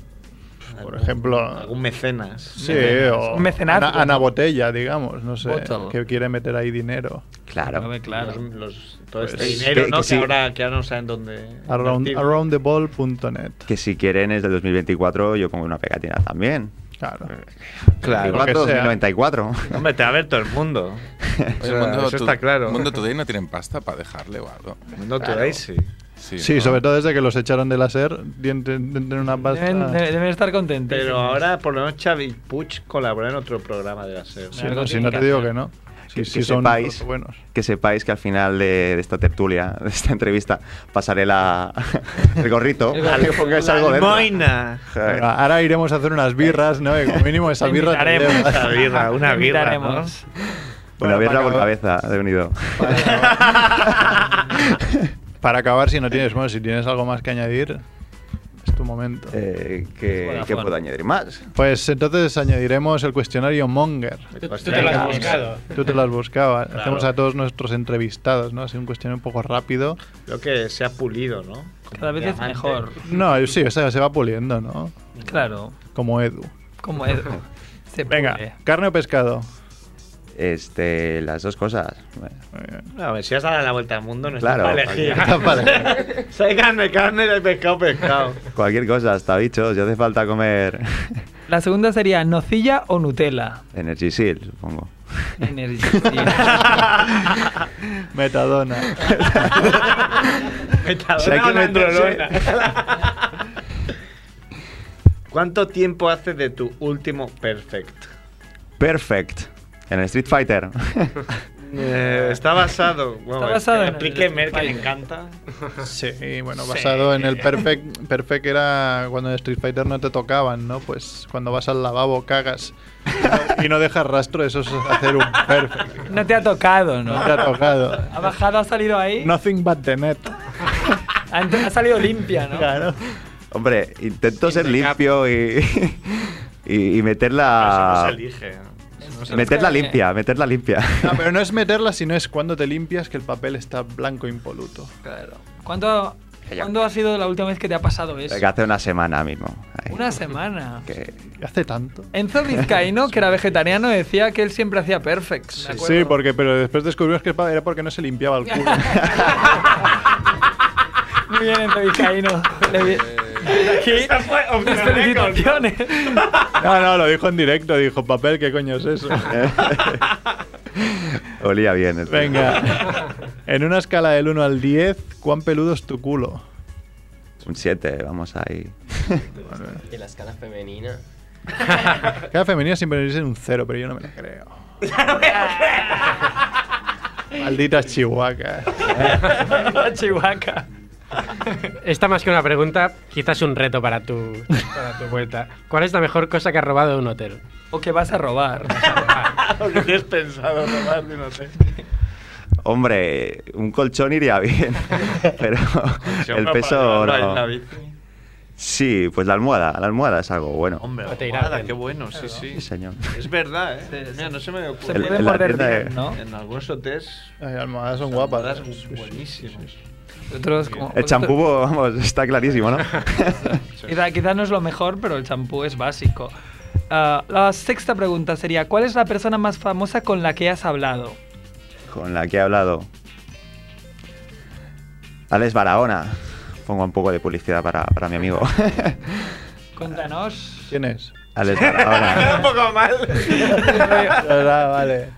Speaker 4: por ejemplo.
Speaker 1: Algún mecenas.
Speaker 4: Sí,
Speaker 1: Mecenas.
Speaker 4: o
Speaker 1: Un mecenazgo.
Speaker 4: Ana, Ana Botella, digamos, no sé,
Speaker 19: Botella.
Speaker 4: que quiere meter ahí dinero.
Speaker 14: Claro.
Speaker 19: Los- los- todo este
Speaker 4: Pues,
Speaker 19: dinero,
Speaker 4: que-
Speaker 19: ¿no?
Speaker 4: que
Speaker 19: Que,
Speaker 4: sí.
Speaker 19: ahora, que ahora no saben dónde.
Speaker 4: Around,
Speaker 19: invertir.
Speaker 4: aroundtheball.net.
Speaker 14: Que si quieren es del 2024, yo pongo una pegatina también.
Speaker 4: Claro.
Speaker 1: Claro,
Speaker 14: Claro,
Speaker 1: lo que sea.
Speaker 14: 2094.
Speaker 1: Hombre, te va a ver todo el mundo. O
Speaker 7: El
Speaker 1: sea,
Speaker 7: mundo
Speaker 1: eso
Speaker 7: tu-
Speaker 1: está claro.
Speaker 7: Mundo Today no tienen pasta para dejarle o algo.
Speaker 1: Mundo Today sí.
Speaker 7: Sí,
Speaker 4: Sí,
Speaker 7: ¿no?
Speaker 4: sobre todo desde que los echaron de la SER, tienen tienen una pasta.
Speaker 3: Deben, de- deben estar contentos.
Speaker 19: Pero ahora, por lo menos, Xavi Puig colabora en otro programa de la SER.
Speaker 4: Sí, no, si no te digo que no. Sí,
Speaker 14: que,
Speaker 4: sí
Speaker 14: que
Speaker 4: son
Speaker 14: sepáis,
Speaker 4: buenos.
Speaker 14: que sepáis que al final de, de esta tertulia, de esta entrevista, pasaré la, el gorrito
Speaker 4: El
Speaker 14: para que
Speaker 4: gorrito.
Speaker 14: pongáis
Speaker 4: La
Speaker 14: algo dentro.
Speaker 1: almoina.
Speaker 14: Joder.
Speaker 4: Ahora- Ahora iremos a hacer unas birras, ¿no? Y como mínimo esa
Speaker 1: Te
Speaker 4: birra.
Speaker 1: invitaremos
Speaker 4: tendremos.
Speaker 1: a birra, una Te birra, ¿no? invitaremos.
Speaker 14: Una
Speaker 4: Bueno,
Speaker 14: birra
Speaker 4: para
Speaker 14: por
Speaker 4: acabar-
Speaker 14: cabeza de unido.
Speaker 4: Para acabar, si no tienes, bueno, si tienes algo más que añadir, es tu momento.
Speaker 14: Eh, ¿qué, qué puedo añadir más?
Speaker 4: Pues entonces añadiremos el cuestionario Monger.
Speaker 14: Tú-
Speaker 1: Pues
Speaker 14: tú te lo has buscado.
Speaker 4: Tú te lo has buscado.
Speaker 19: Claro.
Speaker 4: Hacemos a todos nuestros entrevistados, ¿no? Así un cuestionario un poco rápido.
Speaker 19: Creo que se ha pulido, ¿no?
Speaker 3: Cada vez es mejor.
Speaker 4: No, sí, o sea, se va puliendo, ¿no?
Speaker 3: Claro,
Speaker 4: Como Edu.
Speaker 3: como es. Se
Speaker 4: Venga, carne o pescado.
Speaker 14: Este, las dos cosas. Bueno,
Speaker 19: No, a ver, si has dado la vuelta al mundo, no
Speaker 14: Claro.
Speaker 19: está para elegir.
Speaker 14: Está para
Speaker 19: Si hay carne, carne, y hay pescado, pescado.
Speaker 14: cualquier cosa, hasta bichos, ya hace falta comer
Speaker 3: La segunda sería nocilla o Nutella.
Speaker 14: Energy Seal, supongo.
Speaker 3: Energy.
Speaker 4: Metadona.
Speaker 1: Si hay que meterlo-
Speaker 19: ¿Cuánto tiempo haces de tu último perfect?
Speaker 14: Perfect. En el Street Fighter.
Speaker 19: Eh, está basado. Bueno,
Speaker 1: Está basado
Speaker 19: que
Speaker 1: en
Speaker 19: explique
Speaker 1: el-
Speaker 19: Mer, que le
Speaker 1: Vale.
Speaker 19: encanta.
Speaker 4: Sí, bueno, basado en el Perfect. Perfect era cuando en Street Fighter no te tocaban, ¿no? Pues cuando vas al lavabo cagas y no, y no dejas rastro, eso es hacer un Perfect.
Speaker 3: No te ha tocado, ¿no?
Speaker 4: No te ha tocado.
Speaker 3: Ha bajado, ha salido ahí.
Speaker 4: Nothing but the net.
Speaker 3: Ha, ent- ha salido limpia, ¿no?
Speaker 4: Claro.
Speaker 14: Hombre, intento ser limpio y, y, y meterla. Meterla limpia, meterla limpia.
Speaker 4: No, Ah, pero no es meterla, sino es cuando te limpias que el papel está blanco e impoluto.
Speaker 3: Claro. ¿Cuánto, ¿Cuándo ha sido la última vez que te ha pasado eso?
Speaker 14: Que hace una semana mismo. Ay,
Speaker 3: Una semana.
Speaker 14: que-
Speaker 4: ¿Hace tanto?
Speaker 3: Enzo Vizcaíno, que era vegetariano, decía que él siempre hacía perfects. me
Speaker 4: Sí,
Speaker 3: acuerdo.
Speaker 4: porque, pero después descubrimos que era porque no se limpiaba el culo.
Speaker 3: Muy bien, Enzo Vizcaíno. Le vi- Desde aquí, este mis felicitaciones.
Speaker 4: No, no, lo dijo en directo, dijo, papel, ¿qué coño es eso?
Speaker 14: Olía bien. el tío.
Speaker 4: Venga. En una escala del 1 al 10, ¿cuán peludo es tu culo?
Speaker 14: Un 7, vamos ahí.
Speaker 20: De la escala femenina.
Speaker 4: Cada femenina siempre dice un 0, pero yo no me la creo. Malditas chihuacas.
Speaker 3: Chihuahua.
Speaker 5: Esta más que una pregunta, quizás un reto para tu, para tu vuelta. ¿Cuál es la mejor cosa que has robado de un hotel?
Speaker 3: O que vas a robar.
Speaker 19: ¿O que tienes pensado robar de un hotel?
Speaker 14: Hombre, un colchón iría bien. Pero el
Speaker 19: para
Speaker 14: peso.
Speaker 19: llevarlo en
Speaker 14: no.
Speaker 19: la bici.
Speaker 14: Sí, pues la almohada. La almohada es algo bueno.
Speaker 19: Hombre,
Speaker 5: te irá
Speaker 19: nada,
Speaker 5: bien.
Speaker 19: qué bueno, sí, sí.
Speaker 14: Sí, señor.
Speaker 19: Es verdad, ¿eh? Mira, no se me ocurre.
Speaker 14: Se pueden En la morder tienda bien, de-
Speaker 19: En algunos hoteles
Speaker 4: Las almohadas son
Speaker 19: las
Speaker 4: guapas.
Speaker 19: almohadas
Speaker 4: Sí, sí, sí.
Speaker 19: buenísimas.
Speaker 3: Nosotros como-
Speaker 14: El champú, vamos, está clarísimo, ¿no?
Speaker 3: Quizá, quizá no es lo mejor, pero el champú es básico. Ah, la sexta pregunta sería, ¿cuál es la persona más famosa con la que has hablado?
Speaker 14: Con la que he hablado. Alex Barahona. Pongo un poco de publicidad para, para mi amigo.
Speaker 3: Cuéntanos.
Speaker 4: ¿Quién es?
Speaker 14: Alex Barahona.
Speaker 3: poco mal.
Speaker 4: vale.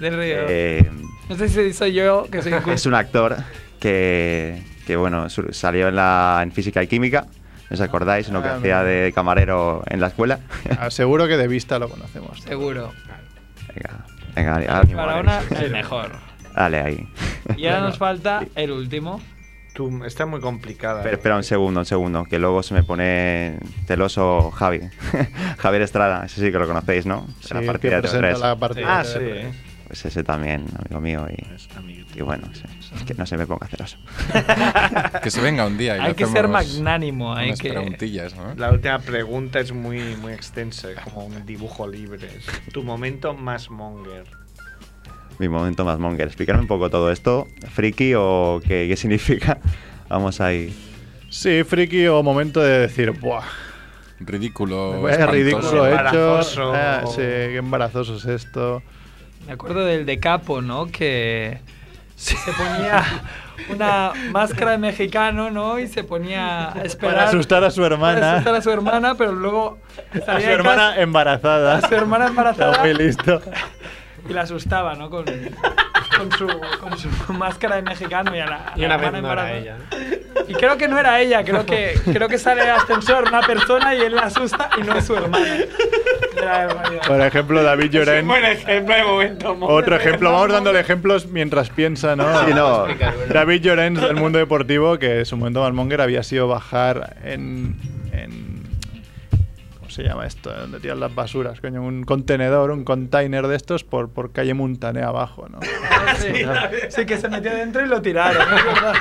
Speaker 3: Del río.
Speaker 14: Eh,
Speaker 3: No sé si soy yo que soy inculto.
Speaker 14: es un actor que, que, bueno, su- salió en, la, en física y química. ¿No ¿Os acordáis? Uno que
Speaker 4: Ah,
Speaker 14: hacía
Speaker 4: mira.
Speaker 14: de camarero en la escuela.
Speaker 4: Ah, Seguro que de vista lo conocemos.
Speaker 3: Seguro.
Speaker 14: Venga, venga, ánimo,
Speaker 3: Barahona
Speaker 14: Alex.
Speaker 3: el mejor.
Speaker 14: Dale ahí.
Speaker 3: Y ahora nos falta el último.
Speaker 19: Tú, está muy complicada.
Speaker 14: Espera, espera un segundo, un segundo, que luego se me pone celoso Javi. Javier Estrada, ese sí que lo conocéis, ¿no? De
Speaker 4: Sí, el que
Speaker 14: de
Speaker 4: presenta
Speaker 14: T3.
Speaker 4: la partida
Speaker 19: Ah, de sí. T3.
Speaker 14: Pues ese también, amigo mío. Y, y bueno, sí, es que no se me ponga celoso.
Speaker 7: Que se venga un día y le
Speaker 19: Hay que ser
Speaker 7: hacemos
Speaker 19: magnánimo, hay
Speaker 7: unas
Speaker 19: que-
Speaker 7: preguntillas, ¿no?
Speaker 19: La última pregunta es muy, muy extensa, como un dibujo libre. Es Tu momento más monger.
Speaker 14: Mi momento más monger. Explícame un poco todo esto. ¿Friki o qué, qué significa? Vamos ahí.
Speaker 4: Sí, friki o momento de decir, ¡buah!
Speaker 7: Ridículo.
Speaker 19: Pues
Speaker 4: Vaya ridículo hecho.
Speaker 3: Embarazoso.
Speaker 4: Ah, sí, qué embarazoso es esto.
Speaker 3: Me acuerdo del de Capo, ¿no? Que se ponía una máscara de mexicano, ¿no? Y se ponía a esperar.
Speaker 4: Para asustar a su
Speaker 3: para
Speaker 4: hermana.
Speaker 3: asustar a su hermana, pero luego
Speaker 4: A
Speaker 3: salía de
Speaker 4: su
Speaker 3: casa
Speaker 4: hermana embarazada.
Speaker 3: A su hermana embarazada.
Speaker 4: Está muy listo. eh.
Speaker 3: y la asustaba, ¿no? Con, con su, con su máscara de mexicano y a la, a
Speaker 5: Y
Speaker 3: la
Speaker 5: una vez
Speaker 3: hermana
Speaker 5: no era
Speaker 3: embarazada.
Speaker 5: ella.
Speaker 3: Y creo que no era ella, creo que, creo que sale el ascensor una persona y él la asusta y no es su hermana. Era barbaridad.
Speaker 4: Por ejemplo, David Llorén.
Speaker 5: ejemplo de momento.
Speaker 4: Otro ejemplo, vamos dándole ejemplos mientras piensa, ¿no?
Speaker 14: Sí, no.
Speaker 4: David Llorens del mundo deportivo, que su momento malmonger había sido bajar en, en- ¿Cómo se llama esto? Donde tiran las basuras, coño. Un contenedor, un container de estos por, por calle Muntané abajo, ¿no?
Speaker 3: Ah, Sí, sí, que se metió dentro y lo tiraron, es verdad.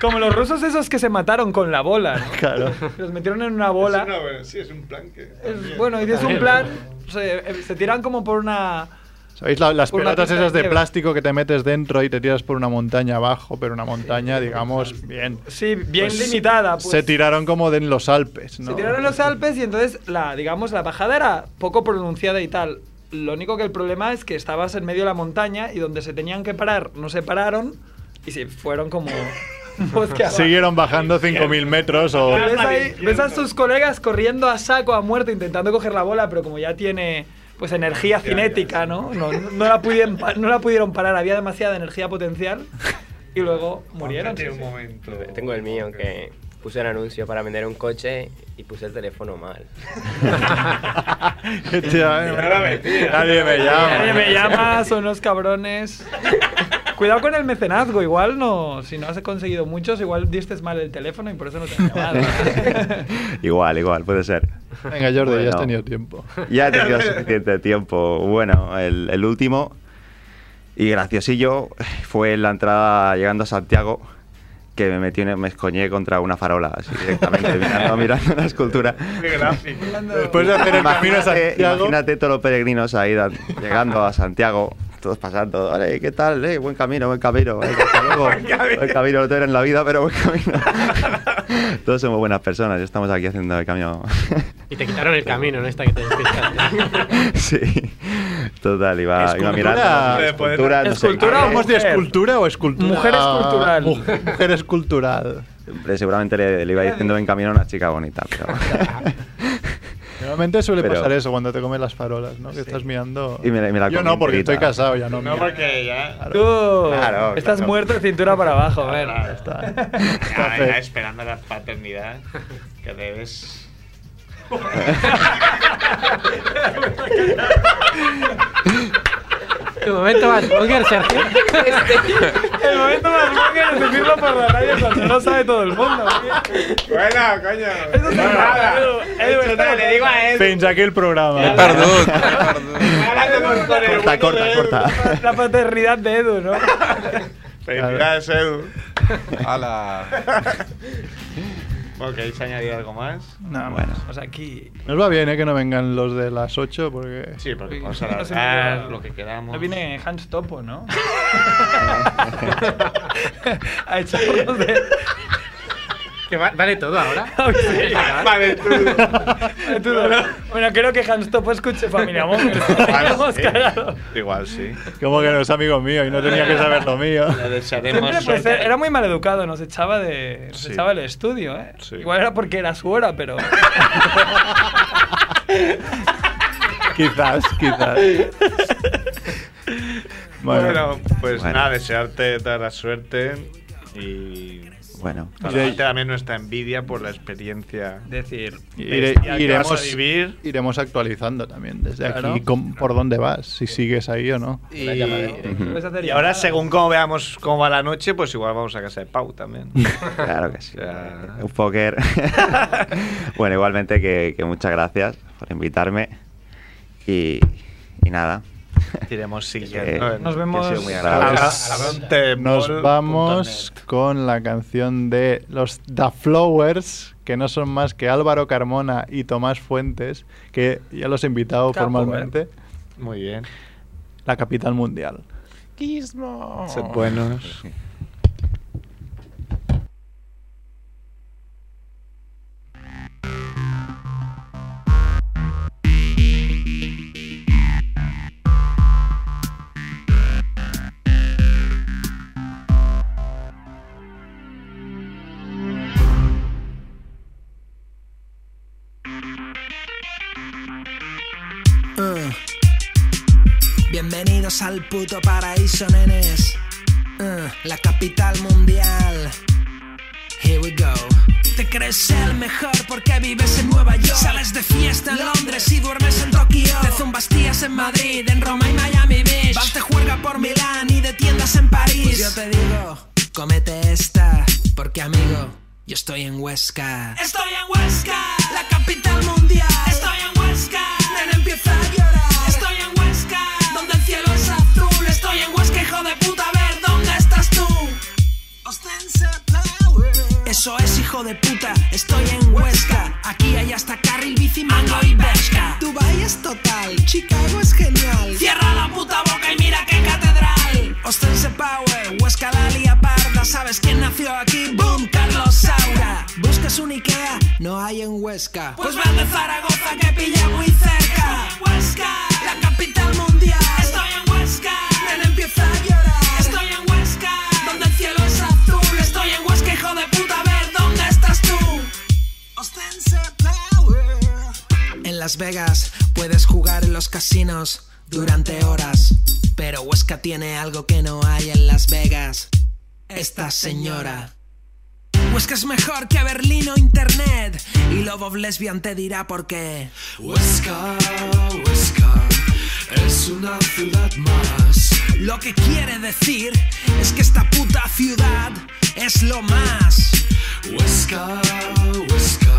Speaker 3: Como los rusos esos que se mataron con la bola, ¿no?
Speaker 4: Claro.
Speaker 3: Los metieron en una bola.
Speaker 19: Es una- bueno, sí, es un plan que.
Speaker 3: Es- bueno, y es un plan, se, eh, se tiran como por una...
Speaker 4: ¿Sabéis la- las
Speaker 3: Por una
Speaker 4: pelotas
Speaker 3: pista de
Speaker 4: esas de
Speaker 3: nieve.
Speaker 4: plástico que te metes dentro y te tiras por una montaña abajo, pero una montaña, digamos, bien.
Speaker 3: Sí, bien
Speaker 4: Pues,
Speaker 3: limitada. Pues.
Speaker 4: Se tiraron como de en los Alpes, ¿no?
Speaker 3: Se tiraron los Alpes y entonces la, digamos, la bajada era poco pronunciada y tal. Lo único que el problema es que estabas en medio de la montaña y donde se tenían que parar no se pararon y se fueron como bosque abajo.
Speaker 4: Siguieron bajando 5.000 metros o...
Speaker 3: Y ves, ahí- ves a sus colegas corriendo a saco a muerte intentando coger la bola, pero como ya tiene pues energía cinética, ¿no? No, no la pudieron, pa- no la pudieron parar, había demasiada energía potencial y luego murieron. sí,
Speaker 19: un
Speaker 3: sí.
Speaker 19: momento.
Speaker 20: Tengo el mío que puse el anuncio para vender un coche y puse el teléfono mal.
Speaker 3: Este,
Speaker 4: Tío, Este eh. nadie me llama.
Speaker 3: Nadie me llama, son los cabrones. Cuidado con el mecenazgo, igual no, si no has conseguido muchos, igual diste mal el teléfono y por eso no te han llamado.
Speaker 14: igual, igual, puede ser.
Speaker 4: Venga, Jordi, ya has
Speaker 14: Bueno.
Speaker 4: tenido tiempo.
Speaker 14: Ya he tenido suficiente tiempo. Bueno, el, el último y graciosillo fue la entrada llegando a Santiago que me metí, en- me escoñé contra una farola así directamente, mirando, mirando la escultura.
Speaker 4: Después de hacer el camino a
Speaker 14: Imagínate-
Speaker 4: Santiago,
Speaker 14: Imagínate todos los peregrinos ahí dan- llegando a Santiago, todos pasando. "Ole, ¿Qué tal? Eh, buen camino, buen camino. eh, hasta luego. buen camino, no te veré en la vida, pero buen camino. todos somos buenas personas, estamos aquí haciendo el camino.
Speaker 5: Y te quitaron el camino, ¿no? Esta que te despistaste.
Speaker 14: sí, total, iba, iba
Speaker 4: Escultura.
Speaker 14: mirando. la Escultura, no sé,
Speaker 3: Escultura o
Speaker 4: ¿hablamos de
Speaker 3: mujer?
Speaker 4: escultura o escultura?
Speaker 3: Mujer escultural.
Speaker 4: Mujer, mujer escultural.
Speaker 14: Le- seguramente le, le iba diciendo buen camino a una chica bonita, pero...
Speaker 4: Normalmente suele
Speaker 14: Pero-
Speaker 4: pasar eso cuando te comes las farolas, ¿no? Que estás mirando.
Speaker 14: Y me la- me la
Speaker 4: Yo
Speaker 14: comí
Speaker 4: no, porque
Speaker 14: enterita.
Speaker 4: estoy casado, ya no.
Speaker 19: No,
Speaker 4: mira.
Speaker 19: porque ya.
Speaker 3: Tú
Speaker 14: Claro,
Speaker 3: estás
Speaker 14: claro.
Speaker 3: muerto de cintura para abajo, a ver.
Speaker 19: Ya, ya, esperando la paternidad que debes.
Speaker 5: Tu momento más Monger, Sergio.
Speaker 3: El momento más monger es decirlo por la radio cuando no sabe todo el mundo.
Speaker 19: Bueno, coño.
Speaker 3: Eso es nada. Edu, Edu, está-
Speaker 19: le digo a él.
Speaker 4: Fins aquí el programa.
Speaker 19: Ahora con el
Speaker 14: Corta, corta, corta.
Speaker 3: La paternidad de Edu, ¿no?
Speaker 19: Felicidades, Edu.
Speaker 7: Ala.
Speaker 1: Bueno, ¿queréis añadir algo más?
Speaker 3: Nada
Speaker 1: Bueno.
Speaker 3: más. O sea, aquí.
Speaker 4: Nos va bien, ¿eh? Que no vengan los de las 8 porque...
Speaker 1: Sí, porque vamos a
Speaker 3: no se
Speaker 1: alargar
Speaker 3: me-
Speaker 1: lo que queramos.
Speaker 3: No viene Hans Topo, ¿no? ha hecho unos de.
Speaker 5: Que va- vale todo ahora.
Speaker 3: vale todo. Bueno, creo que Hans Topo escuche Familia Monger. Hemos cagado.
Speaker 15: Igual sí.
Speaker 4: Como que no es amigo mío y no tenía que saber lo mío.
Speaker 3: Siempre, pues, era muy mal educado, nos echaba de nos
Speaker 4: Sí.
Speaker 3: echaba del estudio, ¿eh? Igual era porque era su hora, pero
Speaker 4: Quizás, quizás.
Speaker 1: Bueno,
Speaker 4: Bueno.
Speaker 1: pues
Speaker 14: Bueno.
Speaker 1: nada, desearte toda la suerte y
Speaker 14: Bueno.
Speaker 1: Para también nuestra envidia por la experiencia.
Speaker 3: Decir,
Speaker 4: Ire-
Speaker 1: iremos
Speaker 4: iremos,
Speaker 1: a vivir.
Speaker 4: iremos actualizando también desde
Speaker 1: Claro.
Speaker 4: aquí con- por dónde vas, si sigues ahí o no.
Speaker 1: Y,
Speaker 3: Puedes hacer
Speaker 1: y ahora,
Speaker 3: llamadas.
Speaker 1: según cómo veamos cómo va la noche, pues igual vamos a casa de Pau también.
Speaker 14: Claro que sí. Un póker. bueno, igualmente que, que muchas gracias por invitarme. Y, y nada.
Speaker 1: Iremos
Speaker 14: siguiendo.
Speaker 1: Nos
Speaker 3: vemos
Speaker 14: muy agradable.
Speaker 4: Nos vamos con la canción de los The Flowers, que no son más que Álvaro Carmona y Tomás Fuentes, que ya los he invitado
Speaker 1: Capo, eh.
Speaker 4: formalmente.
Speaker 1: Muy bien.
Speaker 4: La capital mundial.
Speaker 1: Sed buenos.
Speaker 21: Uh. Bienvenidos al puto paraíso, nenes. Uh, La capital mundial. Here we go. Te crees el mejor porque vives en Nueva York. Sales de fiesta en Londres y duermes en Tokio. Te zumbastías en Madrid, en Roma y Miami Beach. Vas de juerga por Milán y de tiendas en París. Pues yo te digo, comete esta, porque amigo, yo estoy en Huesca. Estoy en Huesca, la capital mundial. Estoy en Huesca, nena empieza a llorar. Estoy en Huesca, donde el cielo es azul. Estoy en Huesca, hijo de puta, a ver dónde estás tú. Eso es hijo de puta, estoy en Huesca. Aquí hay hasta carril bici, mango y pesca. Dubai es total, Chicago es genial. Cierra la puta boca y mira qué catedral. Ostense Power, Huesca la lía parda. ¿Sabes quién nació aquí? Boom, Carlos Saura. Buscas un Ikea, no hay en Huesca. Pues van de Zaragoza que pilla muy cerca. Huesca, la capital mundial. Estoy en Huesca, nena empieza a llorar. Estoy en Huesca, donde el cielo es azul. Estoy en Huesca, hijo de puta, a ver dónde estás tú. Ostense Power. En Las Vegas puedes jugar en los casinos durante horas. Pero Huesca tiene algo que no hay en Las Vegas. Esta señora. Huesca es mejor que Berlín o Internet. Y Lobo Lesbian te dirá por qué. Huesca, Huesca, es una ciudad más. Lo que quiere decir es que esta puta ciudad es lo más. Huesca, Huesca,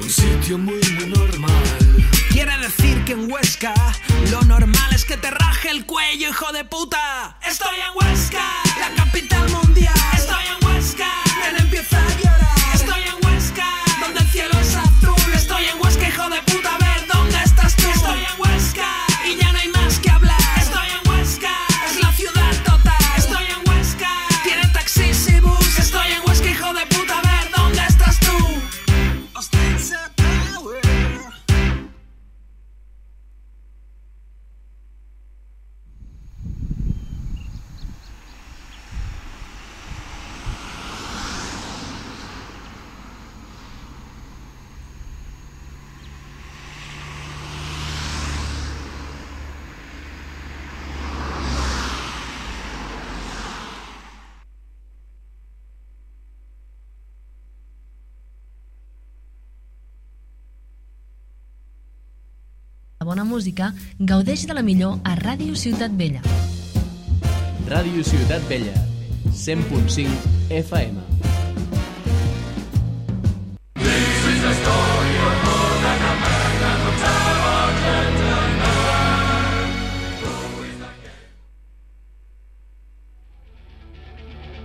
Speaker 21: un sitio muy, muy normal. Quiere decir que en Huesca lo normal es que te raje el cuello, hijo de puta. Estoy en Huesca, la capital mundial. Estoy en Huesca, nena empieza a llorar. Estoy en Huesca, donde el cielo es azul. Estoy en Huesca, hijo de puta, a ver dónde estás tú. Estoy en Huesca y ya no hay más que hablar. Estoy en Huesca, es la ciudad total. Estoy en Huesca, tiene taxis y bus. Estoy en Huesca, hijo de puta, a ver dónde estás tú. Ostense Power.
Speaker 22: La bona música gaudeix de la millor a Ràdio Ciutat Vella.
Speaker 23: Ràdio Ciutat Vella, 100.5 FM.